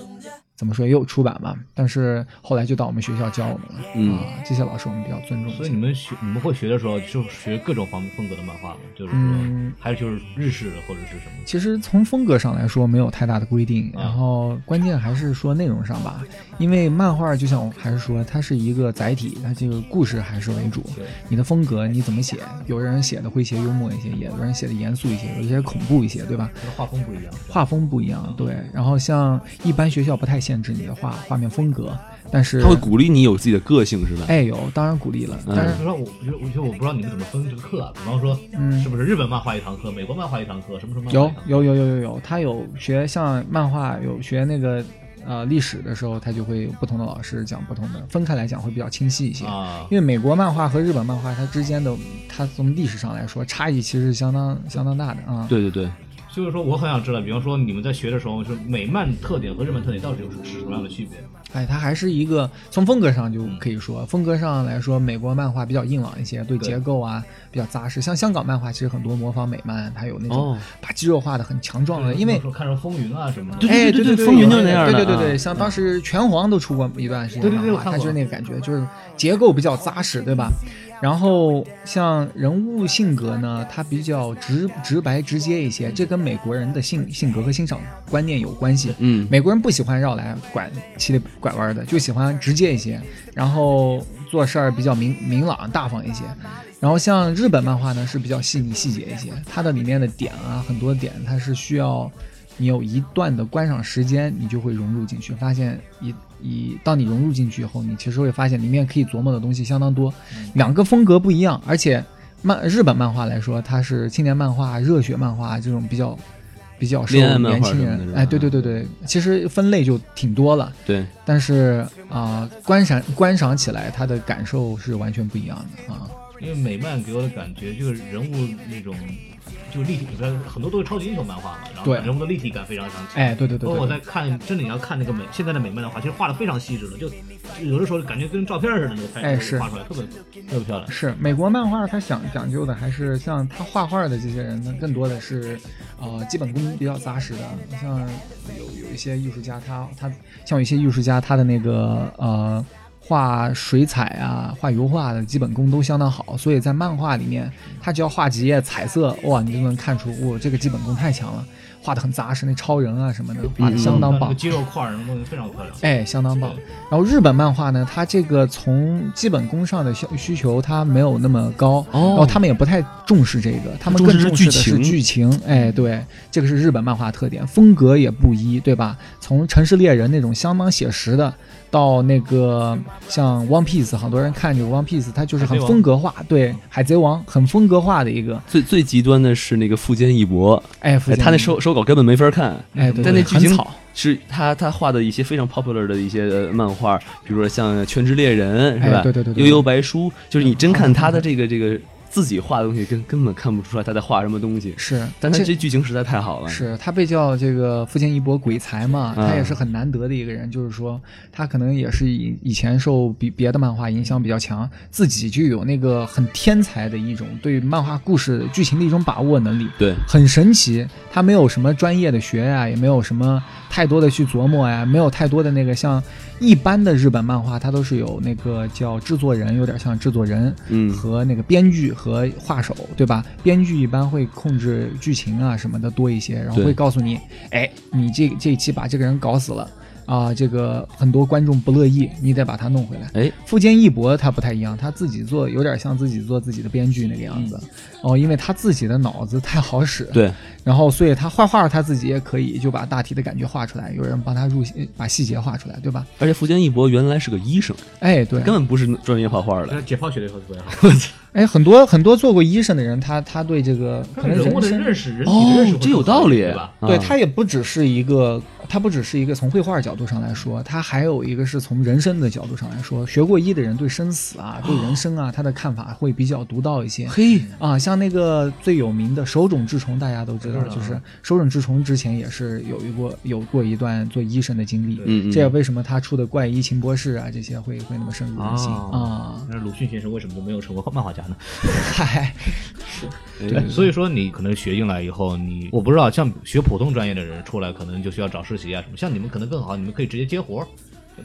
S3: 怎么说也有出版嘛，但是后来就到我们学校教我们了。
S2: 嗯
S3: 啊、这些老师我们比较尊重一些。
S1: 所以你们学你们会学的时候，就学各种方风格的漫画吗？就是说，
S3: 嗯
S1: 还是就是日式的或者是什么？
S3: 其实从风格上来说没有太大的规定，
S2: 嗯
S1: 啊
S3: 然后关键还是说内容上吧，因为漫画就像我还是说，它是一个载体，它这个故事还是为主
S1: 对。
S3: 你的风格你怎么写，有的人写的诙谐幽默一些，也有的人写的严肃一些，有的人恐怖一些，对吧？
S1: 它的画风不一样。
S3: 画风不一样，对。然后像一般学校不太限制你的画画面风格，但是
S2: 他会鼓励你有自己的个性是吧？
S3: 哎有，当然鼓励了，但
S1: 但
S3: 是
S1: 是说，我觉得我觉得我不知道你们怎么分这个课啊。比方说，
S3: 嗯
S1: 是不是日本漫画一堂课，美国漫画一堂课，什么什么漫画
S3: 有
S1: 一堂课
S3: 有有有有有，他有学像漫画，有学那个呃历史的时候，他就会有不同的老师讲不同的，分开来讲会比较清晰一些。
S1: 啊？
S3: 因为美国漫画和日本漫画它之间的，它从历史上来说差异其实是相当相当大的啊。
S2: 对对对，
S1: 就是说，我很想知道，比方说你们在学的时候，是美漫特点和日漫特点到底有是什么样的区别？
S3: 哎，它还是一个从风格上就可以说，风格上来说，美国漫画比较硬朗一些，对
S1: 对
S3: 结构啊比较扎实。像香港漫画其实很多模仿美漫，它有那种
S2: 哦
S3: 把肌肉画的很强壮的，
S1: 就是
S3: 因为
S1: 说看上风云啊什么的。
S2: 对
S3: 哎，对
S2: 对
S3: 对，
S2: 风云
S3: 有
S2: 就那样
S3: 对
S2: 的
S3: 对对
S2: 啊
S3: 对，像当时拳皇都出过一段时间
S1: 对
S3: 漫
S1: 对对我
S3: 画，
S1: 看
S3: 它
S1: 过
S3: 就是那个感觉，就是结构比较扎实，对吧？然后像人物性格呢，它比较直直白直接一些，这跟美国人的性性格和欣赏观念有关系。
S2: 嗯，
S3: 美国人不喜欢绕来拐七里拐弯的，就喜欢直接一些，然后做事儿比较明明朗大方一些。然后像日本漫画呢是比较细腻细节一些，它的里面的点啊很多点它是需要你有一段的观赏时间，你就会融入进去，发现一一当你融入进去以后，你其实会发现里面可以琢磨的东西相当多。
S2: 嗯
S3: 两个风格不一样，而且漫日本漫画来说，它是青年漫画、热血漫画这种比较。比较受
S2: 恋爱漫
S3: 年
S2: 画
S3: 轻
S2: 什么的
S3: 人
S2: 是，吧
S3: 哎，对对对对，其实分类就挺多了，
S2: 对，
S3: 但是啊、观赏观赏起来，它的感受是完全不一样的啊。
S1: 因为美漫给我的感觉就是人物那种就立体，它很多都是超级英雄漫画嘛，然后
S3: 对
S1: 人物的立体感非常强。
S3: 哎，对对对
S1: 包括哦我
S3: 对对，
S1: 在看，真的你要看那个美现在的美漫的话，其实画的非常细致了，就就有的时候感觉跟照片似的那个拍，
S3: 哎是
S1: 画出来特别特别漂亮。
S3: 是美国漫画，它想讲究的还是像他画画的这些人呢，更多的是呃基本功比较扎实的，像有有一些艺术家他，他像有一些艺术家，他的那个呃画水彩啊、画油画的基本功都相当好，所以在漫画里面，他只要画几页彩色，哇，你就能看出，哇，这个基本功太强了，画的很扎实，那超人啊什么的，画的相当
S1: 那个。
S3: 棒
S1: 呃肌肉块儿什么东西非常漂亮。
S3: 哎，相当棒
S1: 对。
S3: 然后日本漫画呢，它这个从基本功上的需需求它没有那么高，
S2: 哦
S3: 然后他们也不太重视这个，他们
S2: 重
S3: 更
S2: 视是
S3: 重视的
S2: 剧
S3: 是
S2: 情
S3: 剧情。哎，对，这个是日本漫画特点，风格也不一，对吧？从《城市猎人》那种相当写实的，到那个像《One Piece》，很多人看这个《One Piece》，它就是很
S1: 海贼王
S3: 风格化，对，《海贼王》很风格化的一个。
S2: 最最极端的是那个富坚义博，
S3: 哎，
S2: 哎，他那
S3: 时候，
S2: 手手稿根本没法看，
S3: 哎，对，
S2: 但
S3: 对
S2: 那剧情
S3: 很草。
S2: 是他他画的一些非常 popular 的一些呃漫画，比如说像《全职猎人》是吧？
S3: 哎对对对对
S2: 悠悠白书，就是你真看他的这个这个自己画的东西，根根本看不出来他在画什么东西。
S3: 是，
S2: 但他
S3: 这
S2: 这剧情实在太好了，
S3: 是他被叫这个富坚义博鬼才嘛，
S2: 嗯
S3: 他也是很难得的一个人，就是说他可能也是以以前受比别的漫画影响比较强，自己就有那个很天才的一种对漫画故事剧情的一种把握能力。
S2: 对，
S3: 很神奇，他没有什么专业的学呀、也没有什么太多的去琢磨呀、没有太多的那个像一般的日本漫画，它都是有那个叫制作人，有点像制作人，
S2: 嗯
S3: 和那个编剧和画手，对吧？编剧一般会控制剧情啊什么的多一些，然后
S2: 对
S3: 会告诉你，哎，你这这一期把这个人搞死了。啊，这个很多观众不乐意，你得把他弄回来。
S2: 哎，
S3: 富坚义博他不太一样，他自己做有点像自己做自己的编剧那个样子，哦，因为他自己的脑子太好使，
S2: 对，
S3: 然后所以他画画他自己也可以就把大体的感觉画出来，有人帮他入戏把细节画出来，对吧？
S2: 而且富坚义博原来是个医生，
S3: 哎，对
S2: 根，本不是专业画画
S1: 这
S2: 的，
S1: 解剖学的时候特别好。
S3: 哎，很多很多做过医生的人，他他对这个可
S4: 看
S3: 能
S4: 人物的
S3: 生
S4: 认识，人体的认识
S2: 哦
S4: 会，
S2: 这有
S4: 更好
S2: 道
S4: 一
S2: 理
S4: 点对吧？，
S3: 对，
S2: 啊
S3: 它也不只是一个，它不只是一个从绘画角度上来说，它还有一个是从人生的角度上来说。学过医的人对生死啊，对人生啊，他的看法会比较独到一些。
S2: 嘿，
S3: 啊，像那个最有名的手冢治虫，大家都知道，就是手冢治虫之前也是有一过有过一段做医生的经历，
S2: 嗯嗯
S3: 这也为什么他出的《怪医秦博士》啊这些会会那么深入人心
S2: 哦
S3: 啊。
S1: 那鲁迅先生为什么就没有成为漫画家呢？
S3: 嗨、
S1: 对，所以说你可能学进来以后，你我不知道，像学普通专业的人出来，可能就需要找实习啊什么。像你们可能更好，你们可以直接接活儿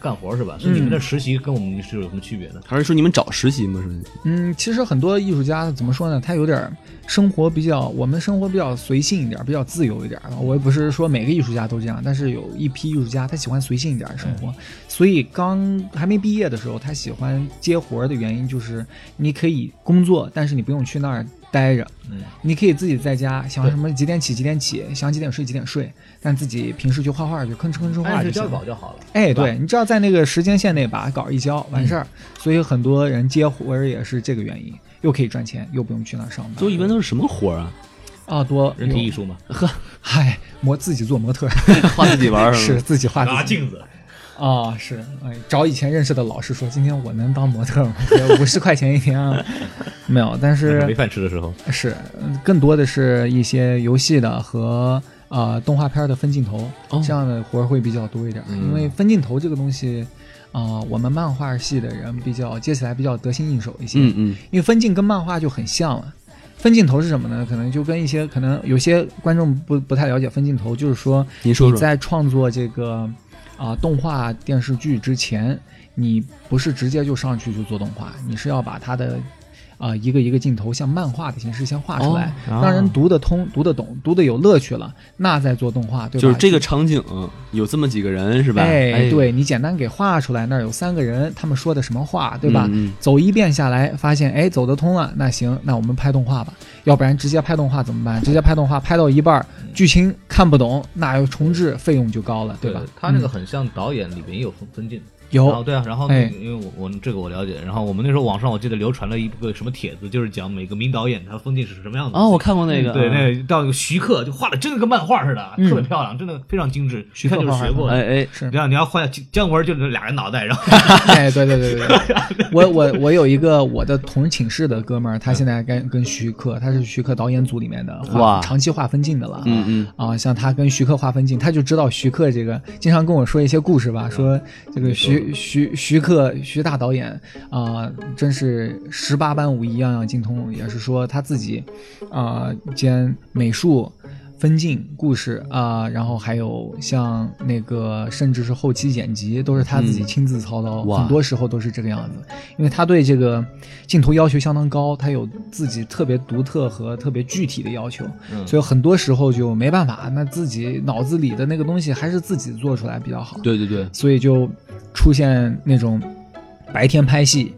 S1: 干活儿是吧？所以你们的实习跟我们是有什么区别呢？
S2: 还是说你们找实习吗？是
S3: 嗯，其实很多艺术家怎么说呢？他有点儿生活比较，我们生活比较随性一点儿，比较自由一点儿。我也不是说每个艺术家都这样，但是有一批艺术家他喜欢随性一点儿生活，所以刚还没毕业的时候，他喜欢接活儿的原因就是你可以工作，但是你不用去那儿待着，
S1: 嗯，
S3: 你可以自己在家想什么几点起几点起，想几点睡几点睡，但自己平时去画画去吭哧吭哧画
S1: 按
S3: 就
S1: 时
S3: 行
S1: 交
S3: 了。
S1: 稿就好了。
S3: 哎，
S1: 是吧嗯
S3: 对，你只要在那个时间线内把稿一交完事儿，所以很多人接活儿也是这个原因，又可以赚钱，又不用去那儿上班。
S2: 都一般都是什么 活啊？
S3: 啊，多
S1: 人体艺
S3: 术，
S1: 术嘛，
S3: 嗨，模自己做模特儿
S2: 画自己玩儿
S3: 是
S2: 吗？
S3: 自己画
S1: 拿嗯
S3: 自己
S1: 啊镜子，
S3: 啊，是哎，找以前认识的老师说，今天我能当模特吗？五十块钱一天啊， 没有，但是
S1: 没饭吃的时候，
S3: 是，嗯更多的是一些游戏的和呃动画片儿的分镜头、
S2: 哦嗯
S3: 这样的活儿会比较多一点儿，因为分镜头这个东西，啊、我们漫画系的人比较接起来比较得心应手一些，
S2: 嗯嗯，
S3: 因为分镜跟漫画就很像了。分镜头是什么呢？可能就跟一些可能有些观众不不太了解分镜头，就是说
S2: 您说
S3: 你
S2: 说。
S3: 在创作这个啊、动画电视剧之前，你不是直接就上去就做动画，你是要把它的啊、一个一个镜头像漫画的形式先画出来，
S2: 哦啊
S3: 让人读得通、读得懂、读得有乐趣了，那再做动画，对吧？
S2: 就是这个场景有这么几个人是吧？
S3: 哎，，对你简单给画出来，那儿有三个人，他们说的什么话，对吧？
S2: 嗯嗯
S3: 走一遍下来，发现哎走得通了，那行，那我们拍动画吧，要不然直接拍动画怎么办？直接拍动画拍到一半儿，剧情看不懂，那又重置，费用就高了，吧？
S1: 他那
S3: 嗯
S1: 个很像导演里面也有分分镜。然后
S3: 有
S1: 对啊，然后那
S3: 哎
S1: 个因为我我这个我了解，然后我们那时候网上我记得流传了一个什么帖子，就是讲每个名导演他分镜是什么样子。嗯
S2: 哦，我看过那个，
S1: 对，那个到那个徐克就画的真的跟漫画似的，
S3: 嗯
S1: 特别漂亮，真的非常精致。徐克就是学过
S2: 哎
S1: 的。
S2: 哎，
S3: 是
S1: 你，要你要换姜文就是俩人脑袋，然后
S3: 哎，对对对对对，我我我有一个我的同寝室的哥们儿，他现在跟跟徐克，他是徐克导演组里面的画
S2: 哇
S3: 长期画分镜的了，
S2: 嗯嗯，
S3: 啊，像他跟徐克划分镜，他就知道徐克这个，经常跟我说一些故事吧，说这个徐徐徐克徐大导演啊、真是十八般武艺样样精通，也是说他自己啊、兼美术。分镜、故事啊、然后还有像那个，甚至是后期剪辑，都是他自己
S2: 嗯
S3: 亲自操刀，
S2: 哇
S3: 很多时候都是这个样子。因为他对这个镜头要求相当高，他有自己特别独特和特别具体的要求，所以很多时候就没办法，那自己脑子里的那个东西还是自己做出来比较好。，
S2: 对对对，
S3: 所以就出现那种白天拍戏。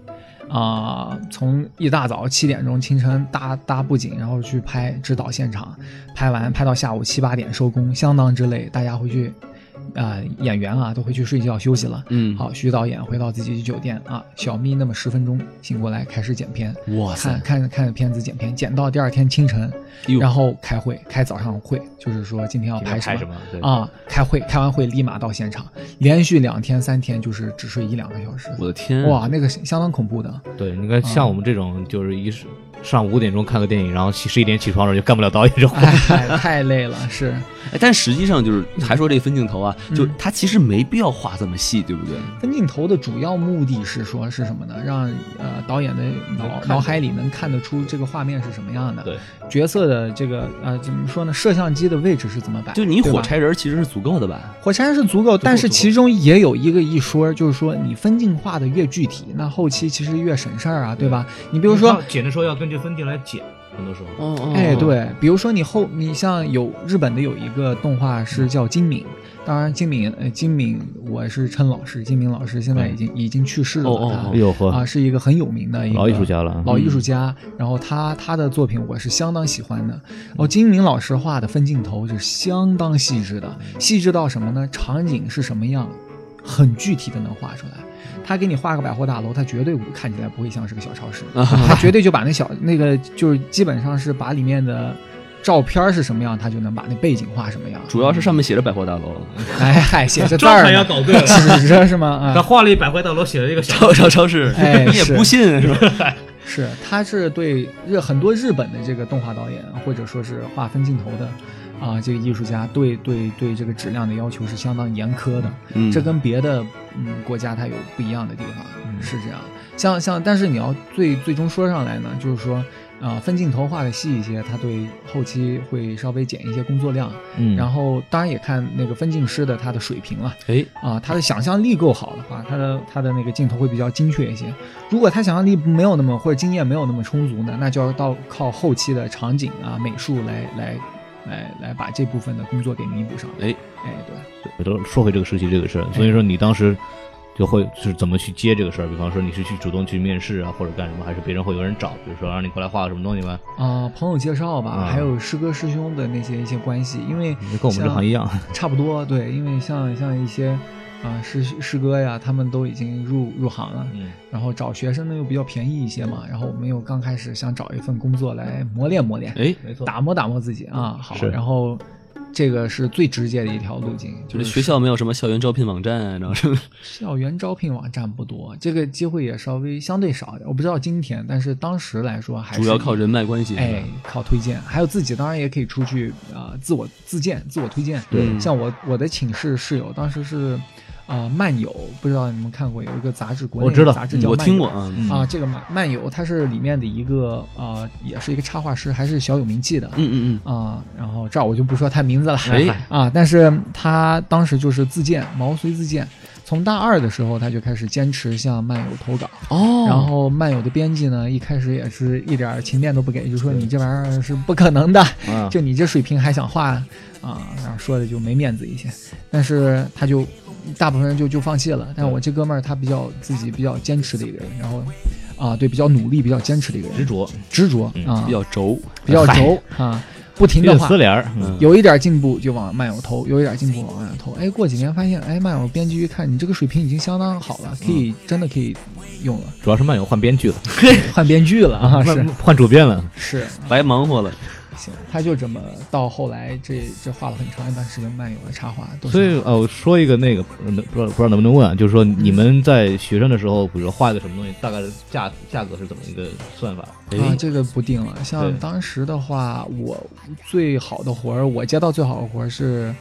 S3: 啊、从一大早七点钟清晨搭搭布景，然后去拍指导现场，拍完拍到下午七八点收工，相当之累。大家回去，啊、演员啊都回去睡觉休息了。
S2: 嗯，，
S3: 好，徐导演回到自己酒店啊，小眯那么十分钟醒过来，开始剪片，
S2: 哇塞
S3: 看，看看片子剪片，剪到第二天清晨，
S2: 哟
S3: 然后开会，开早上会，就是说今天要拍
S1: 拍
S3: 么
S1: 什么？对，
S3: 啊，开会，开完会立马到现场，连续两天三天就是只睡一两个小时，
S2: 我的天，
S3: 哇，，那个是相当恐怖的。
S1: 对，你看像我们这种就是一是上五点钟看个电影，然后十一点起床了就干不了导演这活。
S3: 哎，太累了，是
S2: 哎但实际上就是还说这分镜头啊，
S3: 嗯
S2: 就它其实没必要画这么细，对不对？
S3: 分镜头的主要目的是说是什么呢？让呃导演的
S1: 能
S3: 脑
S1: 看
S3: 脑
S1: 到
S3: 海里能看得出这个画面是什么样的，
S1: 对，
S3: 角色的这个呃怎么说呢？摄像机的位置是怎么摆？
S2: 就你
S3: 对吧
S2: 火柴人其实是足够的吧？
S3: 火柴人是足够，但是其中也有一个一说，就是说你分镜画的越具体，那后期其实越省事儿啊，对吧？你比
S1: 比
S3: 如说，
S1: 剪的时候要根据分镜来剪，很多时候。
S2: 哦哦
S3: 哎，，对，比如说你后，你像有日本的有一个动画师叫金敏，当然金敏，呃，金敏我是称老师，金敏老师现在已经已经去世了，
S2: 哦哦
S3: 他
S2: 哦
S1: 哎呦
S3: 啊，
S1: 呵，
S3: 是一个很有名的一个
S1: 老艺术家了嗯
S3: 老艺术家。然后他他的作品我是相当喜欢的。哦，金明老师画的分镜头是相当细致的，细致到什么呢？场景是什么样，很具体的能画出来。他给你画个百货大楼，他绝对看起来不会像是个小超市，
S2: 啊
S3: 他绝对就把那小那个就是基本上是把里面的照片是什么样，他就能把那背景画什么样。
S2: 主要是上面写着百货大楼，
S3: 哎 嗨，写着字
S4: 专
S3: 儿
S4: 门要
S3: 呢，
S4: 搞对了。
S3: 指着是吗？啊、
S4: 他画了一百块大楼，写了一个小
S2: 超超超市，
S3: 哎
S2: 你也
S3: 是
S2: 不信是 吧？
S3: 是，他是对日很多日本的这个动画导演，或者说是画分镜头的啊、这个艺术家对对对这个质量的要求是相当严苛的。
S2: 嗯
S3: 这跟别的嗯国家它有不一样的地方，是这样。像像，但是你要最最终说上来呢，就是说，啊、分镜头画的细一些，它对后期会稍微减一些工作量。
S1: 嗯，
S3: 然后当然也看那个分镜师的他的水平了。
S2: 哎，
S3: 啊，他的想象力够好的话，他的他的那个镜头会比较精确一些。如果他想象力没有那么或者经验没有那么充足呢，那就要到靠后期的场景啊、美术来来来来把这部分的工作给弥补上。
S2: 哎
S3: 哎，
S1: 回
S3: 对，
S1: 头说回这个实习这个事儿，所以说你当时就会就是怎么去接这个事儿？比方说你是去主动去面试啊，或者干什么，还是别人会有人找，比如说啊让你过来画个什么东西吗？
S3: 啊、朋友介绍吧，
S1: 啊
S3: 还有师哥师兄的那些一些关系，因为
S1: 跟我们这行一样，
S3: 差不多对，因为像像一些啊、师师哥呀，他们都已经入入行了，
S1: 嗯，
S3: 然后找学生呢又比较便宜一些嘛，然后我们又刚开始想找一份工作来磨练磨练，
S2: 哎，
S1: 没错
S3: 打磨打磨自己啊，好，
S1: 是
S3: 然后这个是最直接的一条路径，就
S2: 就
S3: 是
S2: 是学校没有什么校园招聘网站啊，然后什么
S3: 校园招聘网站不多，这个机会也稍微相对少一点，我不知道今天，但是当时来说还是
S2: 主要靠人脉关系，
S3: 哎，靠推荐，还有自己当然也可以出去啊、呃自我自荐、自我推荐。
S2: 对
S3: 像我我的寝室室友当时是啊、呃漫友，不知道你们看过有一个杂志，国内
S1: 我知道
S3: 的杂志叫
S2: 我
S3: 漫
S2: 听
S3: 友
S2: 过啊，
S1: 嗯
S3: 啊，这个漫漫游它是里面的一个呃，也是一个插画师，还是小有名气的。
S2: 嗯嗯
S3: 啊、然后这儿我就不说他名字了，
S2: 哎
S3: 啊，但是他当时就是自荐，毛遂自荐，从大二的时候他就开始坚持向漫友投稿，
S2: 嗯，哦
S3: 然后漫友的编辑呢，一开始也是一点儿情面都不给，就说你这玩意儿是不可能的，
S1: 啊，
S3: 就你这水平还想画啊，然后说的就没面子一些。但是他就大部分人就就放弃了。但我这哥们儿他比较自己比较坚持的一个人，然后啊对比较努力、比较坚持的一个人，
S1: 执着，
S3: 执着
S1: 嗯
S3: 啊，
S2: 比较轴，
S3: 比较轴啊，不停的
S1: 有
S3: 画
S1: 丝。帘儿，嗯
S3: 有一点进步就往漫友投，有一点进步往漫友投。哎，过几年发现，哎，漫友编剧一看你这个水平已经相当好了，可
S1: 嗯
S3: 以真的可以用了，
S1: 主要是漫游换编剧了，
S3: 换编剧了啊，是
S1: 换换主编了，
S3: 是，
S2: 白忙活了，
S3: 行，他就这么到后来这这画了很长一段时间漫游的插画，都
S1: 所以
S3: 是
S1: 呃，我说一个那个，不知道不知道能不能问啊，就是说你们在学生的时候，比如说画一个什么东西，大概的价价格是怎么一个算法？
S3: 啊，这个不定了。像
S1: 哎对
S3: 当时的话，我最好的活儿，我接到最好的活儿是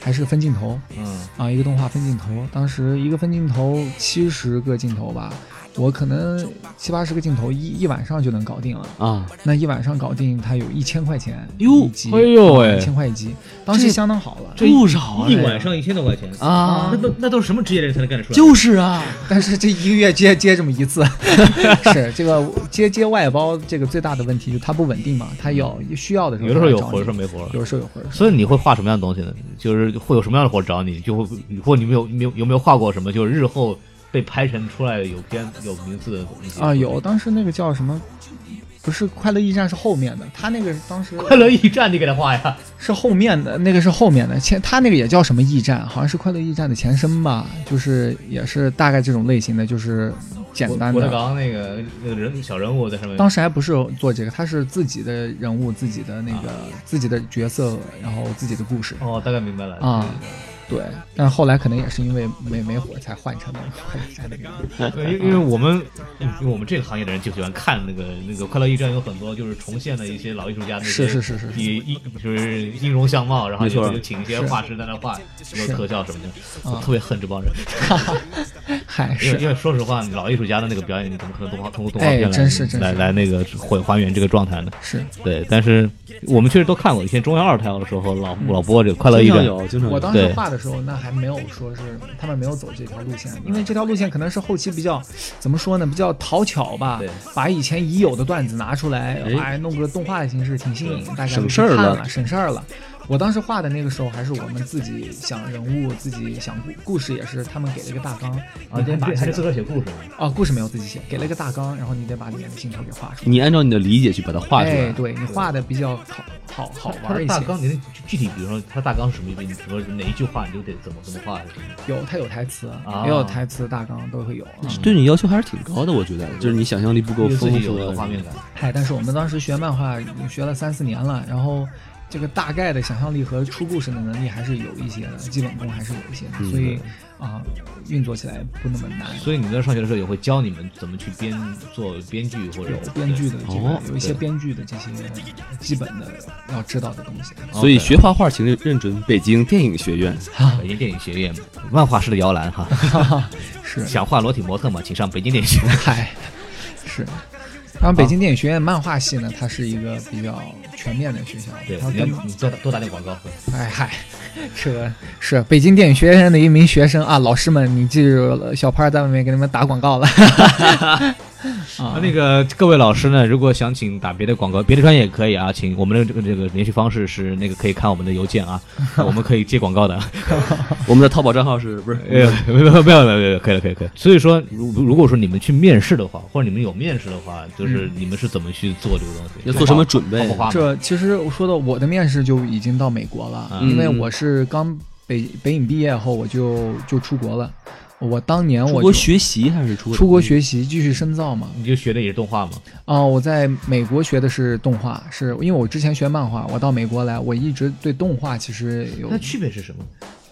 S3: 还是分镜头
S1: 嗯，
S3: 啊，一个动画分镜头。当时一个分镜头七十个镜头吧，我可能七八十个镜头一一晚上就能搞定了。
S2: 啊，
S3: 那一晚上搞定，它有一千块钱
S2: 哟
S3: 一集，啊
S1: 哎呦喂
S3: 一千块一集，当时
S2: 这
S3: 相当好了。
S2: 不少
S4: 一晚上一千多块钱，
S2: 啊
S4: 那，都那都是什么职业人才能干得出来？
S2: 就是啊，
S3: 但是这一个月接接这么一次， 是这个接接外包这个最大的问题就是它不稳定嘛，它要需要的时候
S1: 有的时候有
S3: 它来找
S1: 活，有的时候
S3: 你
S1: 没活。
S3: 有的时候有活儿。
S1: 所以你会画什么样的东西呢？就是会有什么样的活找你？就会或你们有没有有没有画过什么？就是日后被拍成出来有片有名次的东西
S3: 啊，有当时那个叫什么，不是《快乐驿站》是后面的，他那个当时
S1: 快乐驿站，你给他画呀？
S3: 是后面的，那个是后面的前，他那个也叫什么驿站，好像是《快乐驿站》的前身吧，就是也是大概这种类型的，就是简单
S1: 郭德
S3: 的。
S1: 纲那个那个人小人物在上面，
S3: 当时还不是做这个，他是自己的人物、自己的那个、
S1: 啊
S3: 自己的角色，然后自己的故事。
S1: 哦，大概明白了
S3: 啊对，但是后来可能也是因为没没火才换成了快乐山的名 字。
S1: 对，因为因为我们因为我们这个行业的人就喜欢看那个那个《快乐驿站》，有很多就是重现的一些老艺术家那些
S3: 是是是是是
S1: 以英就是英容相貌，然后
S2: 没错
S1: 就就请一些画师在那画，什么特效什么的，我
S3: 啊
S1: 特别恨这帮人，
S3: 嗨，
S1: 因为因
S3: 是
S1: 为说实话，老艺术家的那个表演，你怎么可能动画通过动画
S3: 哎
S1: 片来
S3: 真是真
S1: 来
S3: 是
S1: 来那个还还原这个状态呢？
S3: 是，
S1: 对，但是我们确实都看过，以前中央二台的时候，老老播这个《快乐驿
S2: 经
S1: 站
S2: 常》，有，经常
S3: 嗯我
S2: 有，
S3: 当时
S1: 对
S3: 画的时候，那还没有说是他们没有走这条路线，因为这条路线可能是后期比较怎么说呢，比较讨巧吧
S1: 对，
S3: 把以前已有的段子拿出来，哎，弄个动画的形式，挺新颖，大家就
S2: 省
S3: 去
S2: 事
S3: 看
S2: 儿了
S3: 了，省事儿了。我当时画的那个时候，还是我们自己想人物，自己想故故事，也是他们给了一个大纲，你得把
S4: 啊还
S3: 这
S4: 是自
S3: 个
S4: 个儿写故事啊。
S3: 哦，故事没有自己写，给了一个大纲，然后你得把里面的镜头给画出来。
S2: 你按照你的理解去把它画出来。
S3: 哎，对你画的比较好好好
S4: 他
S3: 玩
S4: 的
S3: 一
S4: 大
S3: 些。
S4: 纲，你的具体，比如说他大纲是什么意思？你比如说哪一句话，你就得怎么怎么画是什么
S3: 有它有台词，
S2: 啊
S3: 也有台词大纲都会有。嗯
S2: 对你要求还是挺高的，我觉得，就是你想象力不够
S4: 你自
S2: 丰
S4: 己
S2: 富
S4: 有一
S2: 啊
S4: 个画面感。
S3: 嗨，哎但是我们当时学漫画已经学了三四年了，然后这个大概的想象力和出故事的能力还是有一些的，基本功还是有一些的，
S2: 嗯
S3: 所以啊、运作起来不那么难。
S1: 所以你在上学的时候也会教你们怎么去编做编剧或者
S3: 有编剧的这个
S2: 哦，
S3: 有一些
S2: 对
S3: 编剧的这些基本的要知道的东西。
S2: 所以学画画请认认准北京电影学院。
S4: 呃
S1: 北京电影学院漫画师的摇 篮哈。
S3: 是，
S1: 想画裸体模特嘛，请上北京电影学院。
S3: 嗨，是。然后
S2: 啊
S3: 北京电影学院漫画系呢，它是一个比较全面的学校，
S4: 对，
S3: 它跟
S4: 你你多打多打点广告。
S3: 哎嗨，这个是北京电影学院的一名学生啊，老师们，你记住了，小潘在外面给你们打广告了。啊，
S1: 那个各位老师呢，如果想请打别的广告，别的专业也可以啊，请我们的这个这个联系方式是那个可以看我们的邮件 啊，我们可以接广告的。
S2: 我们的淘宝账号是不是？
S1: 呃，没有没有没有没有，可以了可以了可以了。所以说，如如果说你们去面试的话，或者你们有面试的话，就是你们是怎么去做这个东西？
S2: 要做什么准备
S1: 画不画吗
S3: 嗯 这其实我说的我的面试就已经到美国
S2: 啊
S3: 了，
S1: 嗯
S3: 因为我是刚北北影毕业后我就就出国了，我当年
S2: 出
S3: 我
S2: 国
S3: 就
S2: 学习还是出
S3: 出国学习继续深造嘛，
S1: 你就学的也是动画吗？
S3: 哦，我在美国学的是动画，是因为我之前学漫画，我到美国来，我一直对动画其实有
S4: 那区别是什么？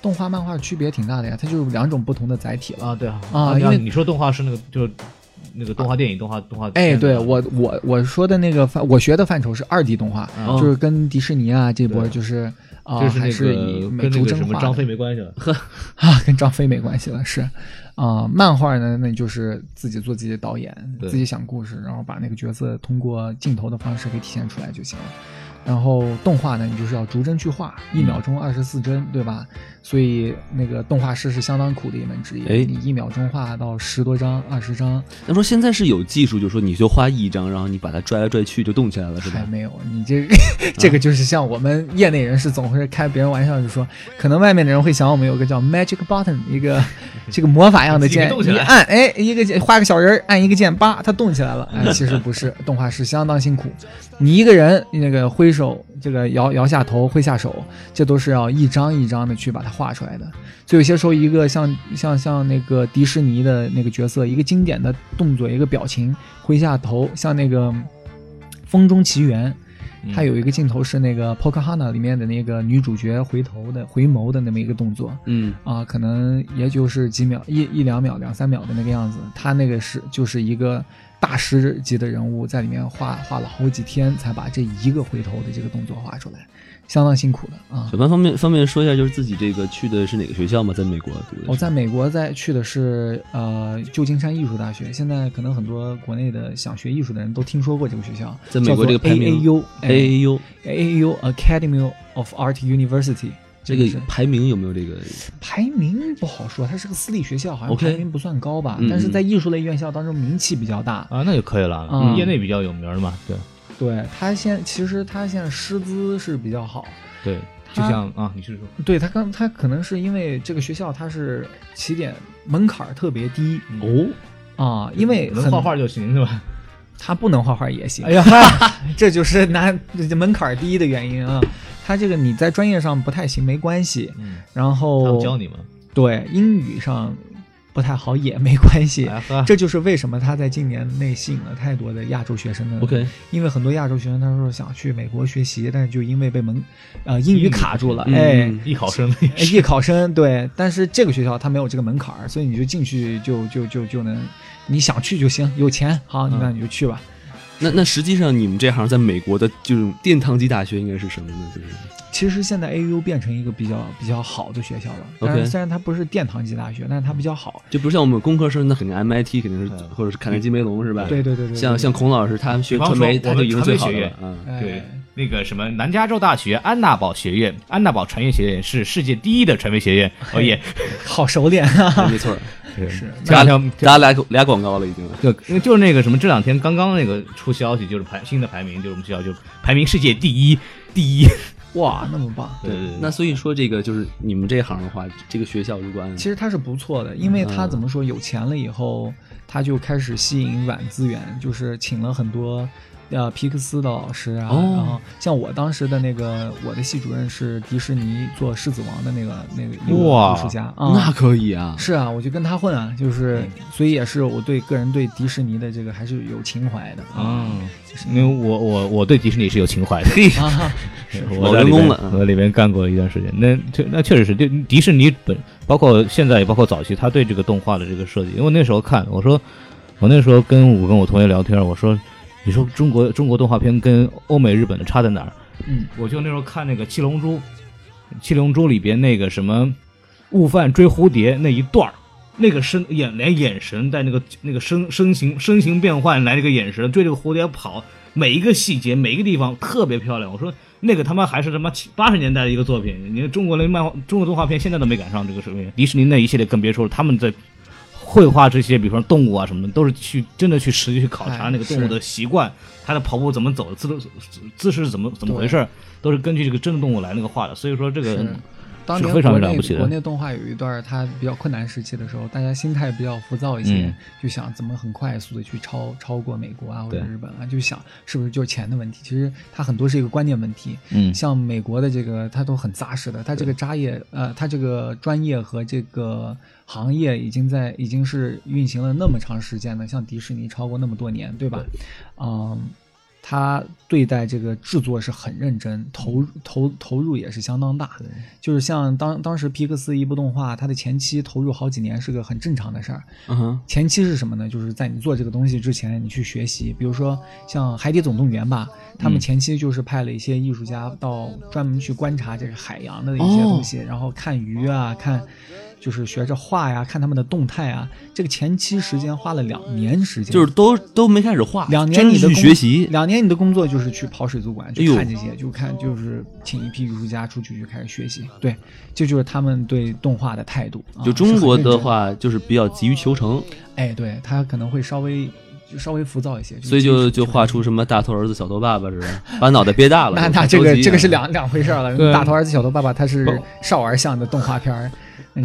S3: 动画、漫画区别挺大的呀，它就是两种不同的载体了。
S1: 啊，对啊
S3: 啊
S1: 你
S3: 因为
S1: 你说动画是那个就是那个动画电影、动画动画片
S3: 哎，
S1: 吗。
S3: 对我我我说的那个范，我学的范畴是二 D 动画，
S1: 嗯
S3: 就是跟迪士尼啊这波
S1: 对
S3: 就是啊、
S1: 就是
S3: 还
S1: 那
S3: 是
S1: 个
S3: 以美
S1: 跟那
S3: 逐
S1: 个
S3: 帧
S1: 什么
S3: 画
S1: 张
S3: 的
S1: 飞没关系了。
S3: 啊，跟张飞没关系了，是啊、漫画呢，那就是自己做自己的导演，
S1: 对
S3: 自己想故事，然后把那个角色通过镜头的方式给体现出来就行了。然后动画呢，你就是要逐帧去画，一秒钟二十四帧，对吧？所以那个动画师是相当苦的一门职业，
S2: 哎
S3: 你一秒钟画到十多张、二十张，
S2: 那说现在是有技术，就是说你就画一张，然后你把它拽来拽去就动起来了，是
S3: 还
S2: 吧？
S3: 没有，你这个 这个就是像我们业内人士总会开别人玩笑，就说可能外面的人会想我们有个叫 magic button 一个这个魔法一样的键
S4: 自己给动，起来
S3: 一按哎一个键画个小人儿，按一个键叭它动起来了。哎，其实不是，动画师相当辛苦，你一个人那个挥手，这个摇摇下头，挥下手，这都是要一张一张的去把它画出来的。所以有些时候，一个像像像那个迪士尼的那个角色，一个经典的动作，一个表情，挥下头，像那个《风中奇缘》，它有一个镜头是那个《Pocahontas》里面的那个女主角回头的回眸的那么一个动作，
S2: 嗯，
S3: 啊，可能也就是几秒，一一两秒、两三秒的那个样子。他那个是就是一个大师级的人物，在里面画画了好几天，才把这一个回头的这个动作画出来，相当辛苦的啊
S2: 小。潘方便方便说一下，就是自己这个去的是哪个学校吗？在美国读的是？
S3: 我在美国在去的是呃旧金山艺术大学，现在可能很多国内的想学艺术的人都听说过这个学校，
S2: 在美国这个排名
S3: A A U 哎
S2: A A U
S3: A U Academy of Art University
S2: 这
S3: 是
S2: 个排名有没有这个？
S3: 排名不好说，它是个私立学校，好像
S2: OK
S3: 排名不算高吧
S2: 嗯嗯
S3: 但是在艺术类院校当中名气比较大。
S1: 啊，那就可以了，
S3: 嗯
S1: 业内比较有名儿嘛，对
S3: 对它现其实它现在师资是比较好，
S1: 对，就
S3: 他
S1: 像啊，你是说
S3: 对它刚它可能是因为这个学校它是起点门槛儿特别低
S1: 哦，
S3: 啊，因为
S4: 能
S3: 很
S4: 画画就行是 吧？
S3: 他不能画画也行。
S1: 哎
S3: 呀，这就是拿这门槛儿低的原因啊。他这个你在专业上不太行没关系，
S1: 嗯，
S3: 然
S1: 他
S3: 后
S1: 们教你嘛，
S3: 对英语上不太好也没关系。
S1: 来喝，
S3: 这就是为什么他在近年内吸引了太多的亚洲学生的。
S2: OK，
S3: 因为很多亚洲学生他说想去美国学习，但是就因为被蒙，呃，英语卡住了，
S2: 嗯
S3: 哎。
S2: 嗯
S4: 艺考生
S3: 哎艺考生对，但是这个学校它没有这个门槛儿，所以你就进去就就就就能，你想去就行，有钱好，你那你就去吧。
S2: 那那实际上你们这行在美国的这种殿堂级大学应该是什么呢？就是
S3: 其实现在 A U 变成一个比较比较好的学校了，
S2: OK 嗯
S3: 但是虽然它不是殿堂级大学，但是它比较好。
S2: 就不像我们工科生，那肯定 MIT 肯定是，
S1: 嗯
S2: 或者是卡耐基梅隆是吧？
S3: 对对对对，对
S2: 像像孔老师他们学
S1: 比方
S2: 传
S1: 说
S2: 媒，
S1: 我
S2: 他
S1: 们
S2: 就已经是
S1: 传媒
S2: 最好
S1: 学
S2: 的
S1: 院
S2: 了。嗯，
S3: 哎
S1: 对，那个什么南加州大学安娜堡学院、安娜堡传媒学院是世界第一的传媒学院，哦也
S3: 好熟练啊，
S2: 没 错儿，
S3: 是
S1: 前两
S2: 打
S1: 天
S2: 打俩俩广告了已经。
S1: 就就是那个什么，这两天刚刚那个出消息，就是排新的排名，就是我们学校就排名世界第一，第一，
S3: 哇，那么棒！
S1: 对对对
S2: 那所以说这个就是你们这行的话，这个学校如果按
S3: 其实他是不错的，因为他
S2: 嗯
S3: 怎么说，有钱了以后，他就开始吸引软资源，就是请了很多。呃，皮克斯的老师啊，
S2: 哦
S3: 然后像我当时的那个，我的系主任是迪士尼做《狮子王》的那个那个一个
S1: 哇
S3: 艺术家啊，
S2: 那嗯可以啊，
S3: 是啊，我就跟他混啊，就是所以也是我对个人对迪士尼的这个还是有情怀的啊
S1: 嗯，因为我我我对迪士尼是有情怀的，
S3: 啊，
S1: 我
S2: 老
S1: 在
S2: 员
S1: 里
S2: 工
S1: 面
S2: 了
S1: 我在里面干过一段时间。那确那确实是，就迪士尼本包括现在也包括早期，他对这个动画的这个设计，因为我那时候看，我说我那时候跟我跟我同学聊天，我说你说中国中国动画片跟欧美日本的差在哪儿？
S3: 嗯，
S1: 我就那时候看那个《七龙珠》，《七龙珠》里边那个什么悟饭追蝴蝶那一段儿。那个身眼连眼神带那个那个身身形身形变换来那个眼神追这个蝴蝶跑，每一个细节每一个地方特别漂亮。我说那个他妈还是他妈七八十年代的一个作品，你看中国的漫画中国动画片现在都没赶上这个水平。迪士尼那一系列更别说了，他们在绘画这些，比方动物啊什么的，都是去真的去实际去考察
S3: 哎
S1: 那个动物的习惯，它的跑步怎么走，姿姿势是怎么怎么回事儿，都是根据这个真的动物来那个画的。所以说这个
S3: 是当年
S1: 非常
S3: 国
S1: 了
S3: 内
S1: 不起的
S3: 国内动画有一段它比较困难时期的时候，大家心态比较浮躁一些，
S1: 嗯
S3: 就想怎么很快速的去超超过美国啊或者
S1: 对
S3: 日本啊，就想是不是就是钱的问题？其实它很多是一个观念问题。
S1: 嗯
S3: 像美国的这个它都很扎实的，它这个扎业呃，它这个专业和这个行业已经在已经是运行了那么长时间了，像迪士尼超过那么多年，对吧？嗯。他对待这个制作是很认真，投入投投入也是相当大。就是像当当时皮克斯一部动画，它的前期投入好几年是个很正常的事儿。
S2: 嗯哼，
S3: 前期是什么呢？就是在你做这个东西之前，你去学习，比如说像《海底总动员》吧，他
S2: 嗯
S3: 们前期就是派了一些艺术家到专门去观察这个海洋的一些东
S2: 哦
S3: 西，然后看鱼啊，看就是学着画呀，看他们的动态啊。这个前期时间花了两年时间，
S2: 就是都都没开始画，
S3: 两年
S2: 真
S3: 你的
S2: 是去
S3: 工
S2: 学习，
S3: 两年你的工作就是去跑水族馆，
S2: 哎
S3: 去
S2: 呦
S3: 看这些，就看就是请一批艺术家出去就开始学习。对，这就是他们对动画的态度。啊
S2: 就中国的，
S3: 是很认
S2: 话，就是比较急于求成，
S3: 真哎，对他可能会稍微就稍微浮躁一些，
S2: 所以就就画出什么大头儿子、小头爸爸似的，把脑袋憋大了。
S3: 那
S2: 就
S3: 那
S2: 太
S3: 这
S2: 着
S3: 个
S2: 急
S3: 这个
S2: 了
S3: 是两两回事儿了。
S1: 啊对
S3: 大头儿子小头爸爸他是
S1: 不
S3: 少儿向的动画片儿，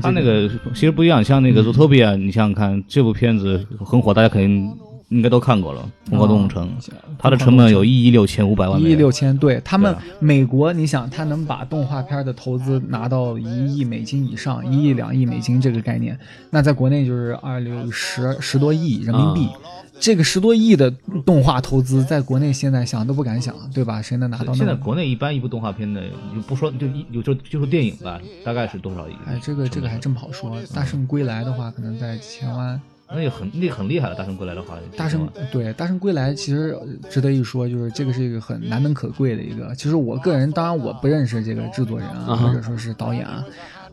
S1: 他那
S3: 这个嗯
S1: 个其实不一样，像那个《Zootopia》，你想想看，这部片子很火，大家肯定应该都看过了，《疯狂动物城》它的成本有一亿六千五百万美
S3: 哦一亿
S1: 元，
S3: 六千，对他们
S1: 对啊
S3: 美国，你想他能把动画片的投资拿到一亿美金以上，一亿两亿美金这个概念，那在国内就是二六十十多亿人民币。
S1: 啊
S3: 这个十多亿的动画投资，在国内现在想都不敢想，对吧？谁能拿到那
S1: 现在
S3: 么？
S1: 国内一般一部动画片的，就不说就一有就就说电影吧，大概是多少亿？
S3: 哎，这个这个还真不好说。大圣归来的话，可能在几千万。
S1: 那也很那很厉害了。大圣归来的话，
S3: 大圣对《大圣归来》其实呃值得一说，就是这个是一个很难能可贵的一个。其实我个人，当然我不认识这个制作人啊，
S2: 啊哈
S3: 或者说是导演啊，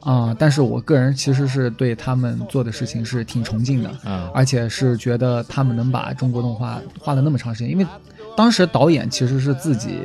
S3: 啊、但是我个人其实是对他们做的事情是挺崇敬的，
S1: 嗯
S3: 而且是觉得他们能把中国动画画了那么长时间，因为当时导演其实是自己。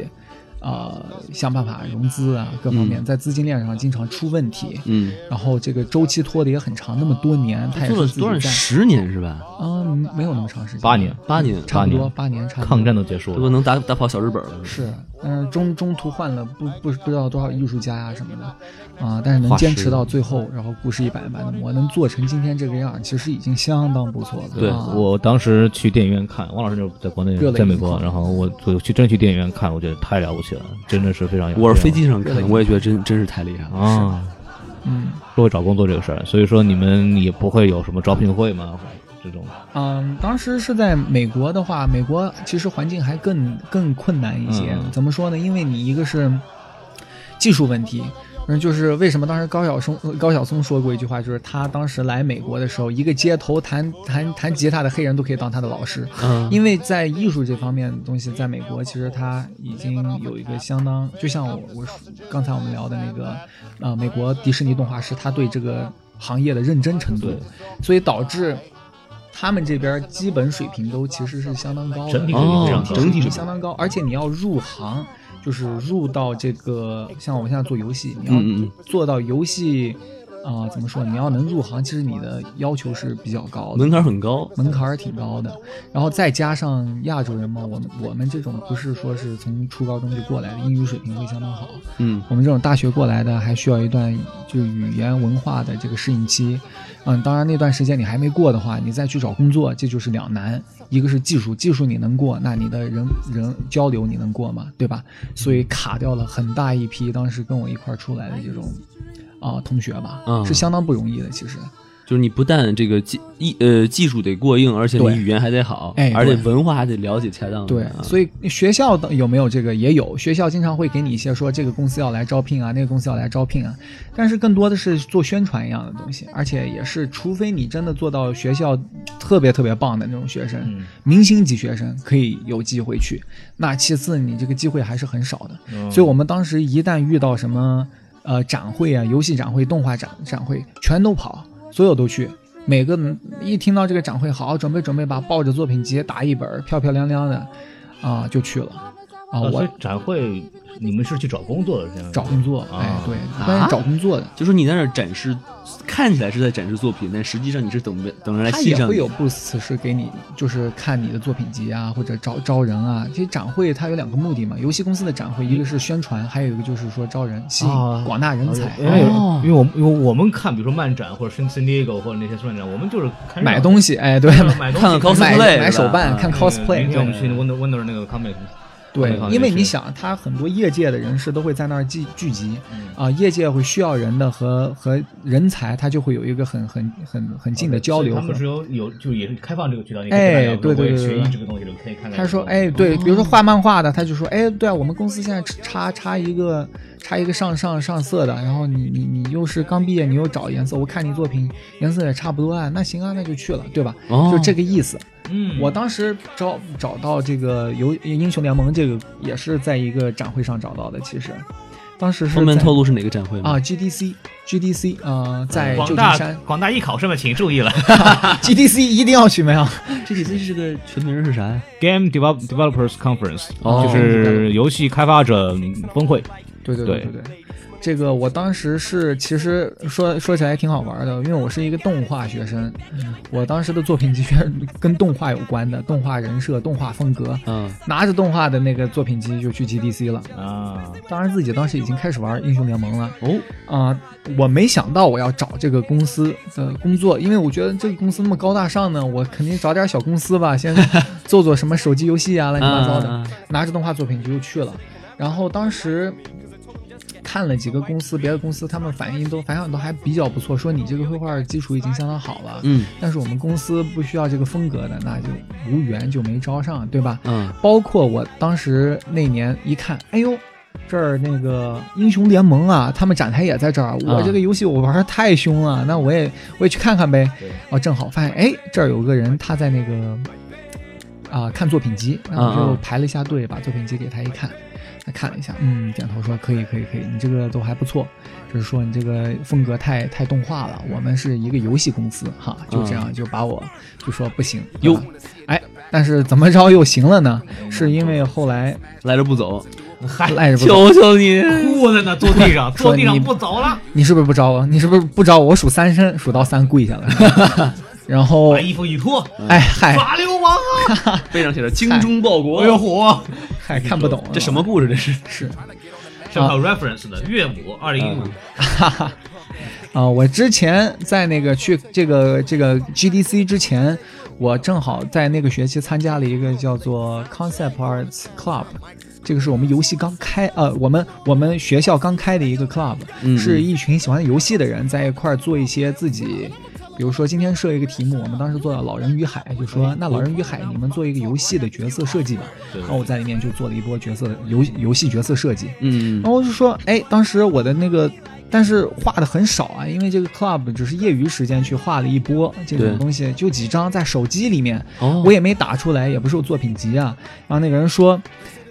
S3: 呃，想办法融资啊，各方面在资金链上经常出问题，
S2: 嗯，
S3: 然后这个周期拖得也很长，那么多年，他也
S2: 做
S3: 是
S2: 了
S3: 自己
S2: 多少
S3: 在
S2: 十年是吧？
S3: 啊、没有那么长时间，
S1: 八年
S2: 八年，
S3: 嗯差不
S1: 八
S3: 多
S1: 年
S3: 八年，差不多
S1: 抗战都结束
S2: 这不
S1: 了，
S2: 能打打跑小日本了。
S3: 是，但是中中途换了不不不知道多少艺术家啊什么的，啊、但是能
S2: 画师
S3: 坚持到最后，然后故事一百版的磨，能做成今天这个样儿，其实已经相当不错了。
S2: 对
S3: 啊、
S1: 我当时去电影院看，王老师就是在国内
S3: 热，泪
S1: 在美
S3: 盈
S1: 国，
S3: 眶
S1: 然后我我去真去电影院看，我觉得太了不起了，真的是非常。
S2: 我是飞机上看
S3: 对
S2: 的，我也觉得真真是太厉害了。
S1: 啊，
S3: 嗯
S1: 说会找工作这个事儿，所以说你们也不会有什么招聘会吗？这种
S3: 嗯，当时是在美国的话，美国其实环境还更更困难一些。
S1: 嗯
S3: 怎么说呢？因为你一个是技术问题，嗯，就是为什么当时高晓松呃高晓松说过一句话，就是他当时来美国的时候，一个街头弹弹弹吉他的黑人都可以当他的老师，
S2: 嗯
S3: 因为在艺术这方面的东西，在美国其实它已经有一个相当，就像我我说刚才我们聊的那个，呃，美国迪士尼动画师他对这个行业的认真程度
S1: 对，
S3: 所以导致他们这边基本水平都其实是相当高的，
S1: 整体水
S2: 平非
S3: 整体
S2: 常高
S3: 水
S2: 哦整
S3: 平
S2: 体水平
S3: 相当高，而且你要入行，就是入到这个像我们现在做游戏，你
S2: 嗯嗯
S3: 要做到游戏。啊、怎么说？你要能入行，其实你的要求是比较高的，
S2: 门槛很高。
S3: 门槛儿挺高的，然后再加上亚洲人嘛，我们我们这种不是说是从初高中就过来的，英语水平会相当好。
S2: 嗯，
S3: 我们这种大学过来的，还需要一段就是语言文化的这个适应期。嗯，当然那段时间你还没过的话，你再去找工作，这就是两难。一个是技术，技术你能过，那你的人人交流你能过吗？对吧？所以卡掉了很大一批当时跟我一块儿出来的这种啊、同学吧，
S2: 嗯
S3: 是相当不容易的，其实。
S2: 就是你不但这个技艺呃技术得过硬，而且
S3: 对
S2: 你语言还得好，
S3: 哎
S2: 而且
S3: 对
S2: 文化还得了解恰当的。啊
S3: 对，所以学校的有没有这个也有，学校经常会给你一些说这个公司要来招聘啊，那个公司要来招聘啊，但是更多的是做宣传一样的东西，而且也是，除非你真的做到学校特别特别棒的那种学生，
S4: 嗯
S3: 明星级学生可以有机会去，那其次你这个机会还是很少的，
S4: 嗯
S3: 所以我们当时一旦遇到什么呃展会啊、游戏展会、动画展展会，全都跑，所有都去。每个人一听到这个展会，好好准备准备吧，抱着作品集打一本儿，漂漂亮亮的，啊、就去了。啊、
S1: 哦
S4: 啊所
S3: 我
S4: 以展会你们是去找工作的，是这样
S3: 找工作，
S4: 啊
S3: 哎，对，一般是找工作的，
S2: 就说你在那儿展示，看起来是在展示作品，但实际上你是等等人来
S3: 他
S2: 欣
S3: 也
S2: 赏
S3: 会
S2: 你
S3: 有 booth 是给你，就是看你的作品集啊，或者招招人啊。其实展会它有两个目的嘛，游戏公司的展会一个是宣传，还有一个就是说招人，吸引
S4: 啊
S3: 广大人才。
S4: 因
S1: 哎
S4: 为
S2: 哦
S4: 因为我们因为我们看，比如说漫展或者 San San Diego 或者那些漫展，我们就是看热闹
S3: 买东西，哎，对，买
S4: 买东西
S2: 看看 cosplay
S3: 买
S2: 对
S3: 买
S2: 吧
S3: 手办，
S2: 啊
S3: 看
S4: 嗯
S3: cosplay，
S4: 明天我们
S3: 对
S4: 去 Wonder Wonder 那个 comic，
S3: 对
S4: 嗯，
S3: 因为你想，他很多业界的人士都会在那儿聚聚集，啊，业界会需要人的和和人才，他就会有一个很很很很
S1: 哦
S3: 近的交流
S4: 他们
S3: 和
S4: 是有有就也是开放这个渠道，你可
S3: 哎
S4: 以跟大家
S3: 对对
S4: 我也
S3: 对对
S4: 学
S3: 对
S4: 艺这个东西，你可以看看。
S3: 他说：“哎，对，比如说画漫画的，他就说，哎，对啊，我们公司现在插插一个插一个上上上色的，然后你你你又是刚毕业，你又找颜色，我看你作品颜色也差不多啊，那行啊，那就去了，对吧？
S2: 哦
S3: 就这个意思。
S4: 嗯，
S3: 哎我当时找找到这个游英雄联盟这个也是在一个展会上找到的，其实当时是
S2: 方便
S3: 在
S2: 透露是哪个展会
S3: 啊
S2: 吗？
S3: GDC GDC 呃
S4: 嗯
S3: 在
S4: 广
S3: 旧金
S4: 大
S3: 山
S4: 广大艺考生们请注意了
S3: GDC 一定要啊去没有？
S2: 这几次是个全名是啥呀？
S4: ，Game Develop Developers Conference，
S2: 哦
S4: 就是游戏开发者峰会。
S3: 对对
S4: 对
S3: 对对。这个我当时是，其实说说起来挺好玩的，因为我是一个动画学生，我当时的作品集全是跟动画有关的，动画人设、动画风格，
S2: 嗯，
S3: 拿着动画的那个作品集就去 GDC 了。
S4: 啊，
S3: 当然自己当时已经开始玩英雄联盟了
S2: 哦，
S3: 啊、我没想到我要找这个公司的工作，因为我觉得这个公司那么高大上呢，我肯定找点小公司吧， 先做做什么手机游戏啊，乱七八糟的。
S2: 啊
S3: 拿着动画作品集就去了。然后当时看了几个公司，别的公司他们反应都反响都还比较不错，说你这个绘画基础已经相当好了。
S2: 嗯
S3: 但是我们公司不需要这个风格的，那就无缘就没招上，对吧？
S2: 嗯，
S3: 包括我当时那年一看，哎呦，这儿那个英雄联盟啊，他们展台也在这儿。我
S2: 啊
S3: 这个游戏我玩的太凶了，那我也我也去看看呗
S4: 对。
S3: 哦，正好发现，哎，这儿有个人他在那个啊、看作品集，然后我
S2: 啊
S3: 就
S2: 啊
S3: 排了一下队，把作品集给他一看。他看了一下，嗯，点头说可以，可以，可以，你这个都还不错，只是说你这个风格太太动画了。我们是一个游戏公司，哈，就这样就把我就说不行
S2: 啊哟
S3: 啊哎，但是怎么着又行了呢？是因为后来
S2: 来着不走，
S4: 嗨，
S3: 赖着不走，
S2: 求求你，
S4: 哭在那坐地上，坐地
S3: 说
S4: 上
S3: 你
S4: 不走了，
S3: 你是不是不招我？你是不是不招我？我数三声，数到三跪下了， 然后
S4: 把衣服一脱，
S3: 哎嗨
S4: 耍流氓啊！
S2: 背上写着“精忠报国
S4: 哎呦火，
S3: 嗨，看不懂啊
S2: 这什么故事？这是
S3: 是
S4: 上还有 reference 的岳母二零一五，
S3: 啊？我之前在那个去这个这个 GDC 之前，我正好在那个学期参加了一个叫做 Concept Arts Club。这个是我们游戏刚开，呃，我们我们学校刚开的一个 club，、
S2: 嗯
S3: 是一群喜欢游戏的人在一块儿做一些自己，比如说今天设一个题目，我们当时做了《老人与海》，就说那《老人与海》你们做一个游戏的角色设计吧。然后我在里面就做了一波角色的游游戏角色设计，
S2: 嗯
S3: 然后我就说，哎，当时我的那个，但是画的很少啊，因为这个 club 只是业余时间去画了一波这
S2: 对
S3: 种东西，就几张在手机里面，
S2: 哦
S3: 我也没打出来，也不是我作品集啊。然后那个人说。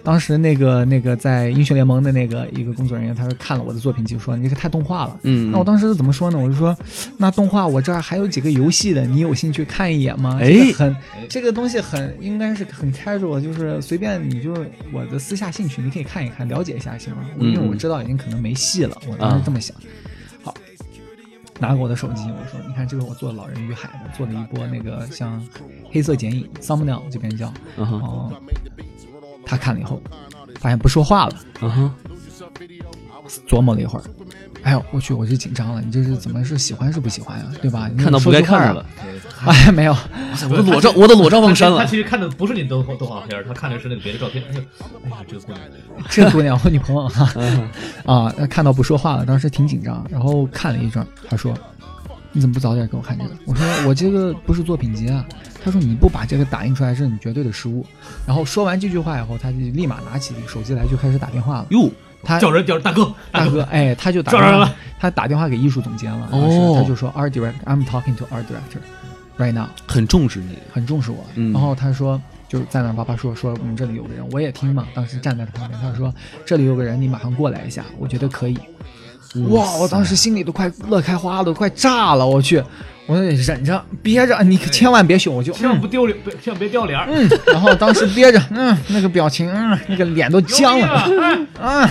S3: 当时那个那个在英雄联盟的那个一个工作人员，他说看了我的作品集，说你这个太动画了。
S2: 嗯
S3: 那我当时是怎么说呢？我就说，那动画我这儿还有几个游戏的，你有兴趣看一眼吗？
S2: 哎
S3: 这个很这个东西很应该是很 casual，就是随便你就我的私下兴趣，你可以看一看，了解一下行吗？
S2: 嗯啊
S3: 因为我知道已经可能没戏了，我当时这么想。好，拿过我的手机，我说：“你看，这个我做《老人与海》的，做了一波那个像黑色剪影 （thumbnail） 这边叫。
S2: 嗯哼
S3: 哦，他看了以后，发现不说话了，
S2: 嗯哼，
S3: 琢磨了一会儿，哎呦，我去，我就紧张了，你这是怎么是喜欢是不喜欢啊？对吧？你
S2: 看到不该看的了
S3: 说。实话 啊。哎，没有，
S2: 我的裸照，我的裸照忘删
S4: 他
S2: 了。
S4: 其实看的不是你动动画片儿，他看的是那个别的照片。哎呦，哎呀，这个姑娘，
S3: 这姑娘我女朋友哈
S2: 嗯
S3: 啊，看到不说话了，当时挺紧张，然后看了一阵，她说：“你怎么不早点给我看这个？”我说：“我这个不是作品集啊。”她说：“你不把这个打印出来，这是你绝对的失误。”然后说完这句话以后，她就立马拿起手机来就开始打电话了。
S2: 哟，
S3: 她
S4: 叫人叫人大哥，
S3: 大 哥，哎，他就打
S4: 撞
S3: 电
S4: 上
S3: 话
S4: 了，
S3: 他打电话给艺术总监了，
S2: 哦
S3: 当时他就说 art director，I'm talking to art director right now，
S2: 很重视你。
S3: 很重视我。
S2: 嗯
S3: 然后他说，就是在那儿叭叭说说我们这里有个人，我也听嘛，当时站在他旁边，他说这里有个人，你马上过来一下，我觉得可以。哇！我当时心里都快乐开花了，都快炸了，我去，我得忍着憋着，你可千万别凶，我就
S4: 哎千万不丢脸，别千万别掉脸儿。
S3: 嗯，然后当时憋着，嗯，那个表情，嗯，那个脸都僵
S4: 有
S3: 了。
S4: 病啊
S3: 啊，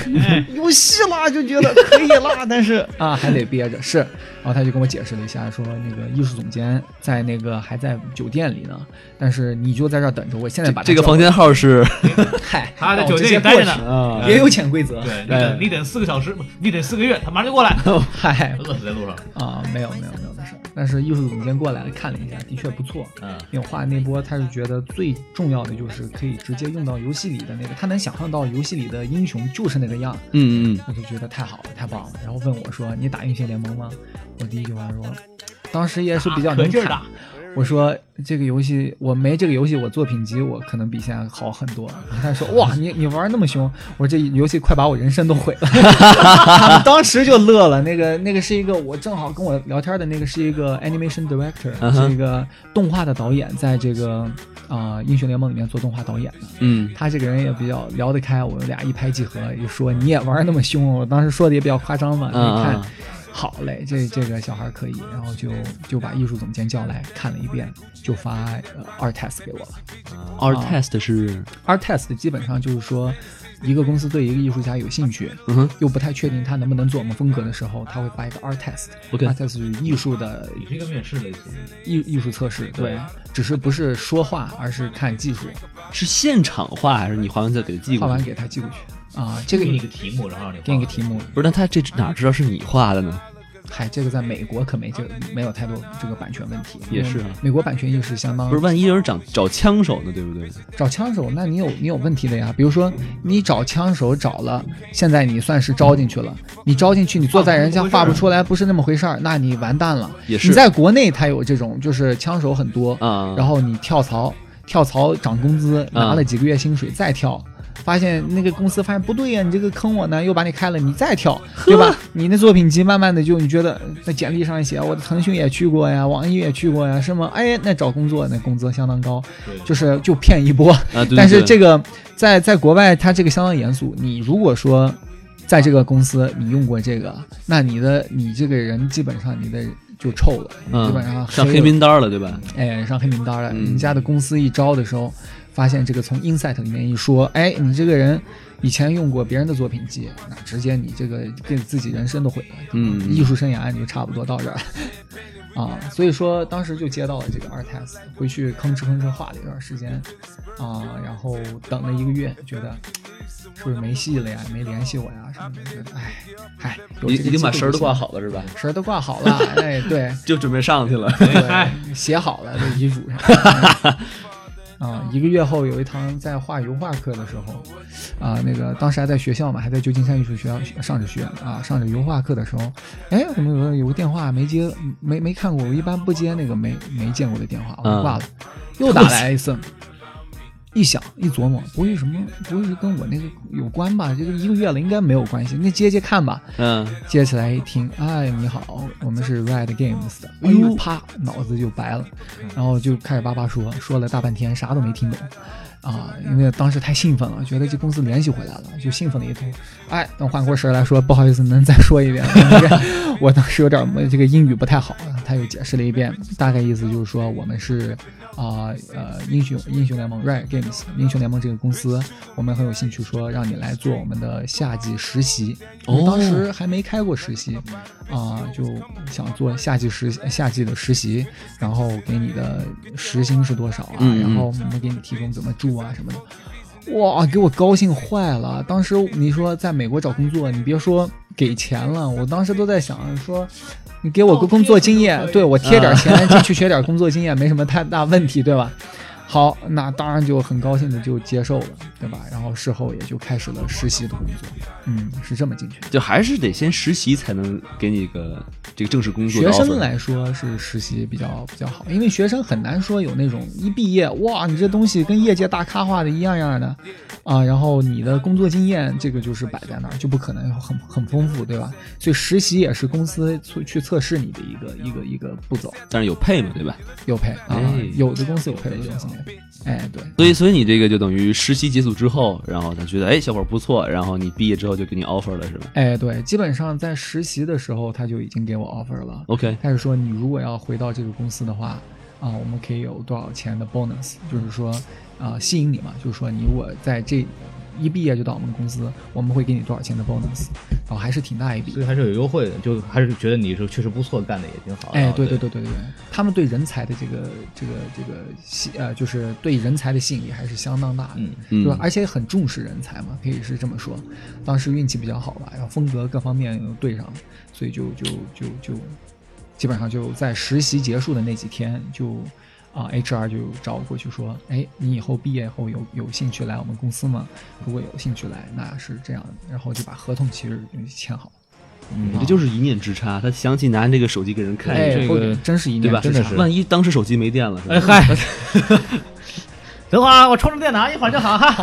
S3: 有戏啦，就觉得可以啦，但是 啊，还得憋着。是，然后他就跟我解释了一下，说那个艺术总监在那个还在酒店里呢，但是你就在这儿等着，我现在把他
S2: 这个
S3: 叫
S2: 房间号是
S3: 过来，嗨，
S4: 他在
S3: 让我
S4: 酒
S3: 直
S4: 店
S3: 接
S4: 里待着
S3: 过去
S4: 呢。
S2: 啊
S3: 也有潜规则，
S4: 对，你等你等四个小时，不你等四个月，他马上就过来，
S2: 哦
S3: 嗨
S4: 饿死在路上。
S3: 啊，没有没有没有的事儿。但是艺术总监过来了，看了一下，的确不错。
S4: 嗯，
S3: 因为我画的那波，他是觉得最重要的就是可以直接用到游戏里的那个，他能想象到游戏里的英雄就是那个样，
S2: 嗯嗯
S3: 我就觉得太好了，太棒了。然后问我说：“你打英雄联盟吗？”我第一句话说，当时也是比较
S4: 啊可
S3: 能
S4: 劲儿
S3: 侃
S4: 打。，
S3: 我说这个游戏我没这个游戏，我作品集我可能比现在好很多。他说：“哇，你你玩那么凶！”我说：“这游戏快把我人生都毁了。” 他们当时就乐了。那个那个是一个我正好跟我聊天的那个是一个 animation director，、
S2: 嗯哼
S3: 是一个动画的导演，在这个啊、呃英雄联盟里面做动画导演的。
S2: 嗯
S3: 他这个人也比较聊得开，我们俩一拍即合，一说你也玩那么凶，我当时说的也比较夸张嘛，
S2: 嗯
S3: 一看
S2: 嗯。
S3: 好嘞，这这个小孩可以，然后就就把艺术总监叫来看了一遍，就发呃 art test 给我了。
S2: 嗯，art
S3: 啊
S2: test 是
S3: art test 基本上就是说，一个公司对一个艺术家有兴趣，
S2: 嗯哼
S3: 又不太确定他能不能做我们风格的时候，他会发一个 art test。
S2: OK
S3: art test 就是艺术的
S4: 也是一个面试类似于。
S3: 艺艺术测试，对
S4: 对，
S3: 只是不是说话，而是看技术，
S2: 是现场画还是你画完再给他寄
S3: 画
S2: 过
S3: 完
S2: 去？
S3: 给他寄过去啊。这个
S4: 给你
S3: 你
S4: 一个题目，然后让你
S3: 给你个
S4: 画
S3: 题目，
S2: 不是，那他这哪知道是你画的呢？
S3: 嗨，这个在美国可没这没有太多这个版权问题，
S2: 也是
S3: 因
S2: 啊
S3: 为美国版权意识相当
S2: 不是，万一有人找找枪手呢，对不对？
S3: 找枪手，那你有你有问题的呀。比如说你找枪手找了，现在你算是招进去了，你招进去，你坐在人家画不出来，不是那么回事儿，那你完蛋了。
S2: 也是
S3: 你在国内他有这种，就是枪手很多，
S2: 啊，
S3: 然后你跳槽，跳槽涨工资，
S2: 嗯
S3: 拿了几个月薪水再跳。发现那个公司发现不对呀、你这个坑我呢，又把你开了，你再 跳，对吧？你那作品集慢慢的就你觉得在简历上一写，我的腾讯也去过呀，网易也去过呀，是吗？哎，那找工作那工资相当高，
S4: 对
S3: 就是就骗一波。
S2: 啊， 对
S3: 但是
S2: 对
S3: 这个在在国外，它这个相当严肃。你如果说在这个公司你用过这个，那你的你这个人基本上你的就臭了，
S2: 嗯
S3: 你基本上
S2: 上
S3: 了
S2: 黑名单了，对吧？
S3: 哎，上黑名单了。
S2: 嗯
S3: 人家的公司一招的时候，发现这个从 Insight 里面一说，哎，你这个人以前用过别人的作品集，那直接你这个给自己人生都毁了。
S2: 嗯
S3: 艺术生涯你就差不多到这儿了啊。所以说，当时就接到了这个 art test，回去吭哧吭哧画了一段时间啊，然后等了一个月，觉得。是不是没戏了呀？没联系我呀？什么的？觉得哎，嗨，有
S2: 已
S3: 这个
S2: 已经把
S3: 机会
S2: 绳儿
S3: 就
S2: 都挂
S3: 行，
S2: 好了是吧？
S3: 绳儿都挂好了。哎，对，
S2: 就准备 上去了。
S3: 对，写好了在遗嘱上。啊，一个月后有一堂在画油画课的时候，啊，那个当时还在学校嘛，还在旧金山艺术学校上着学啊，上着油画课的时候，哎，怎么有个有个电话没接，没没看过，我一般不接那个没没见过的电话，我就挂了，又打来一次，一想一琢磨，不会什么，不会是跟我那个有关吧？这个一个月了，应该没有关系，那接接看吧，
S2: 嗯，
S3: 接起来一听，哎，你好，我们是 Red Games 的，
S2: 哎
S3: 哎
S2: 呦
S3: 呦，啪，脑子就白了，然后就开始叭叭说，说了大半天，啥都没听懂，啊，因为当时太兴奋了，觉得这公司联系回来了，就兴奋了一通。哎，等缓过神来说，不好意思，能再说一遍吗？这个我当时有点儿这个英语不太好，他又解释了一遍，大概意思就是说我们是啊呃英雄英雄联盟 Riot Games 英雄联盟这个公司，我们很有兴
S2: 哦
S3: 趣说让你来做我们的夏季实习，因为当时还没开过实习，啊、啊、就想做夏季实夏季的实习，然后给你的时薪是多少啊？
S2: 嗯嗯
S3: 然后我们给你提供怎么住啊什么的。哇，给我高兴坏了！当时你说在美国找工作，你别说给钱了，我当时都在想说，你给我个工作经验，对我贴
S2: 嗯
S3: 点钱进去学点工作经验，没什么太大问题，对吧？好，那当然就很高兴的就接受了，对吧？然后事后也就开始了实习的工作，嗯，是这么进去的。
S2: 就还是得先实习才能给你个这个正式工作的
S3: 学
S2: offer。
S3: 生来说是实习比较比较好，因为学生很难说有那种一毕业哇，你这东西跟业界大咖画的一样样的啊，然后你的工作经验这个就是摆在那儿，就不可能很很丰富，对吧？所以实习也是公司去去测试你的一个一个一个步骤，
S2: 但是有配嘛，对吧？
S3: 有配啊
S2: 哎，啊
S3: 有的公司有配，有的公司没配，哎，对。
S2: 所以，所以你这个就等于实习结束之后，然后他觉得哎，小伙儿不错，然后你毕业之后就给你 offer 了，是吧
S3: 哎，对，基本上在实习的时候他就已经给我 offer 了。
S2: ？OK，
S3: 他是说你如果要回到这个公司的话，啊，我们可以有多少钱的 bonus，就是
S4: 嗯
S3: 说，啊，吸引你嘛，就是说你我在这一毕业就到我们公司，我们会给你多少钱的 bonus，然后还是挺大一
S4: 所
S3: 笔
S4: 以。还是有优惠的，就还是觉得你是确实不错，干的也挺好
S1: 啊
S4: 的。
S3: 哎，对
S4: 对
S3: 对对对对，对他们对人才的这个这个这个吸呃，就是对人才的吸引力还是相当大的。
S4: 嗯
S3: 对吧
S2: 嗯？
S3: 而且很重视人才嘛，可以是这么说。当时运气比较好吧，然后风格各方面又对上了，所以就就就就基本上就在实习结束的那几天就。啊、h r 就找我过去说，哎，你以后毕业后有有兴趣来我们公司吗？如果有兴趣来，那是这样的，然后就把合同其实就签好。
S2: 你这就是一念之差，他想起拿这个手机给人看一
S3: 哎，
S2: 下，
S3: 后
S1: 个
S3: 真是一
S2: 对
S3: 念
S2: 吧？
S3: 之差。
S2: 万一当时手机没电了，是吧
S4: 哎嗨， 等会儿啊我充充电脑，一会儿就好哈。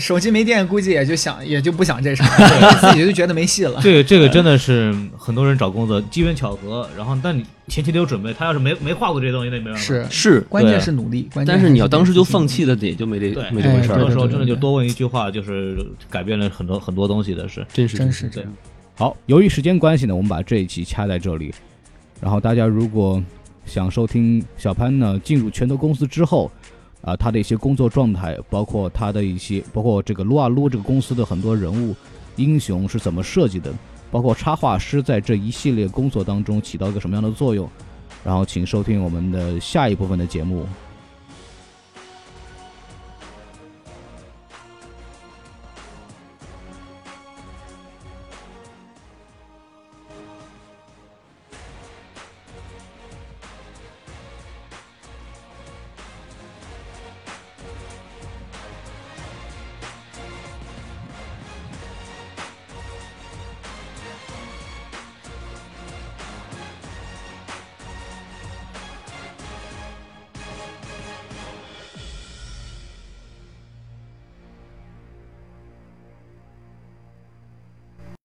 S3: 手机没电，估计也就想也就不想这事 儿，自己就觉得没戏 了。
S4: 这个这个真的是很多人找工作机缘巧合，然后但你前期得有准备，他要是没没画过这些东西，那没办法。
S3: 是，
S2: 是，
S3: 关键
S4: 对
S3: 是努力，关键
S2: 但是你要
S3: 还
S2: 当时就
S3: 得
S2: 放弃了，也就没这
S4: 对
S2: 没这回事
S3: 哎
S2: 儿
S4: 很多
S3: 对
S2: 了
S4: 时。候
S3: 对对
S4: 真的
S3: 对
S4: 就多问一句话，就是改变了很多很多东西的是。
S2: 真是
S3: 真是这样。
S1: 好，由于时间关系呢，我们把这一期掐在这里。然后大家如果想收听小潘呢进入拳头公司之后，啊、他的一些工作状态，包括他的一些，包括这个撸啊撸这个公司的很多人物英雄是怎么设计的，包括插画师在这一系列工作当中起到一个什么样的作用，然后请收听我们的下一部分的节目。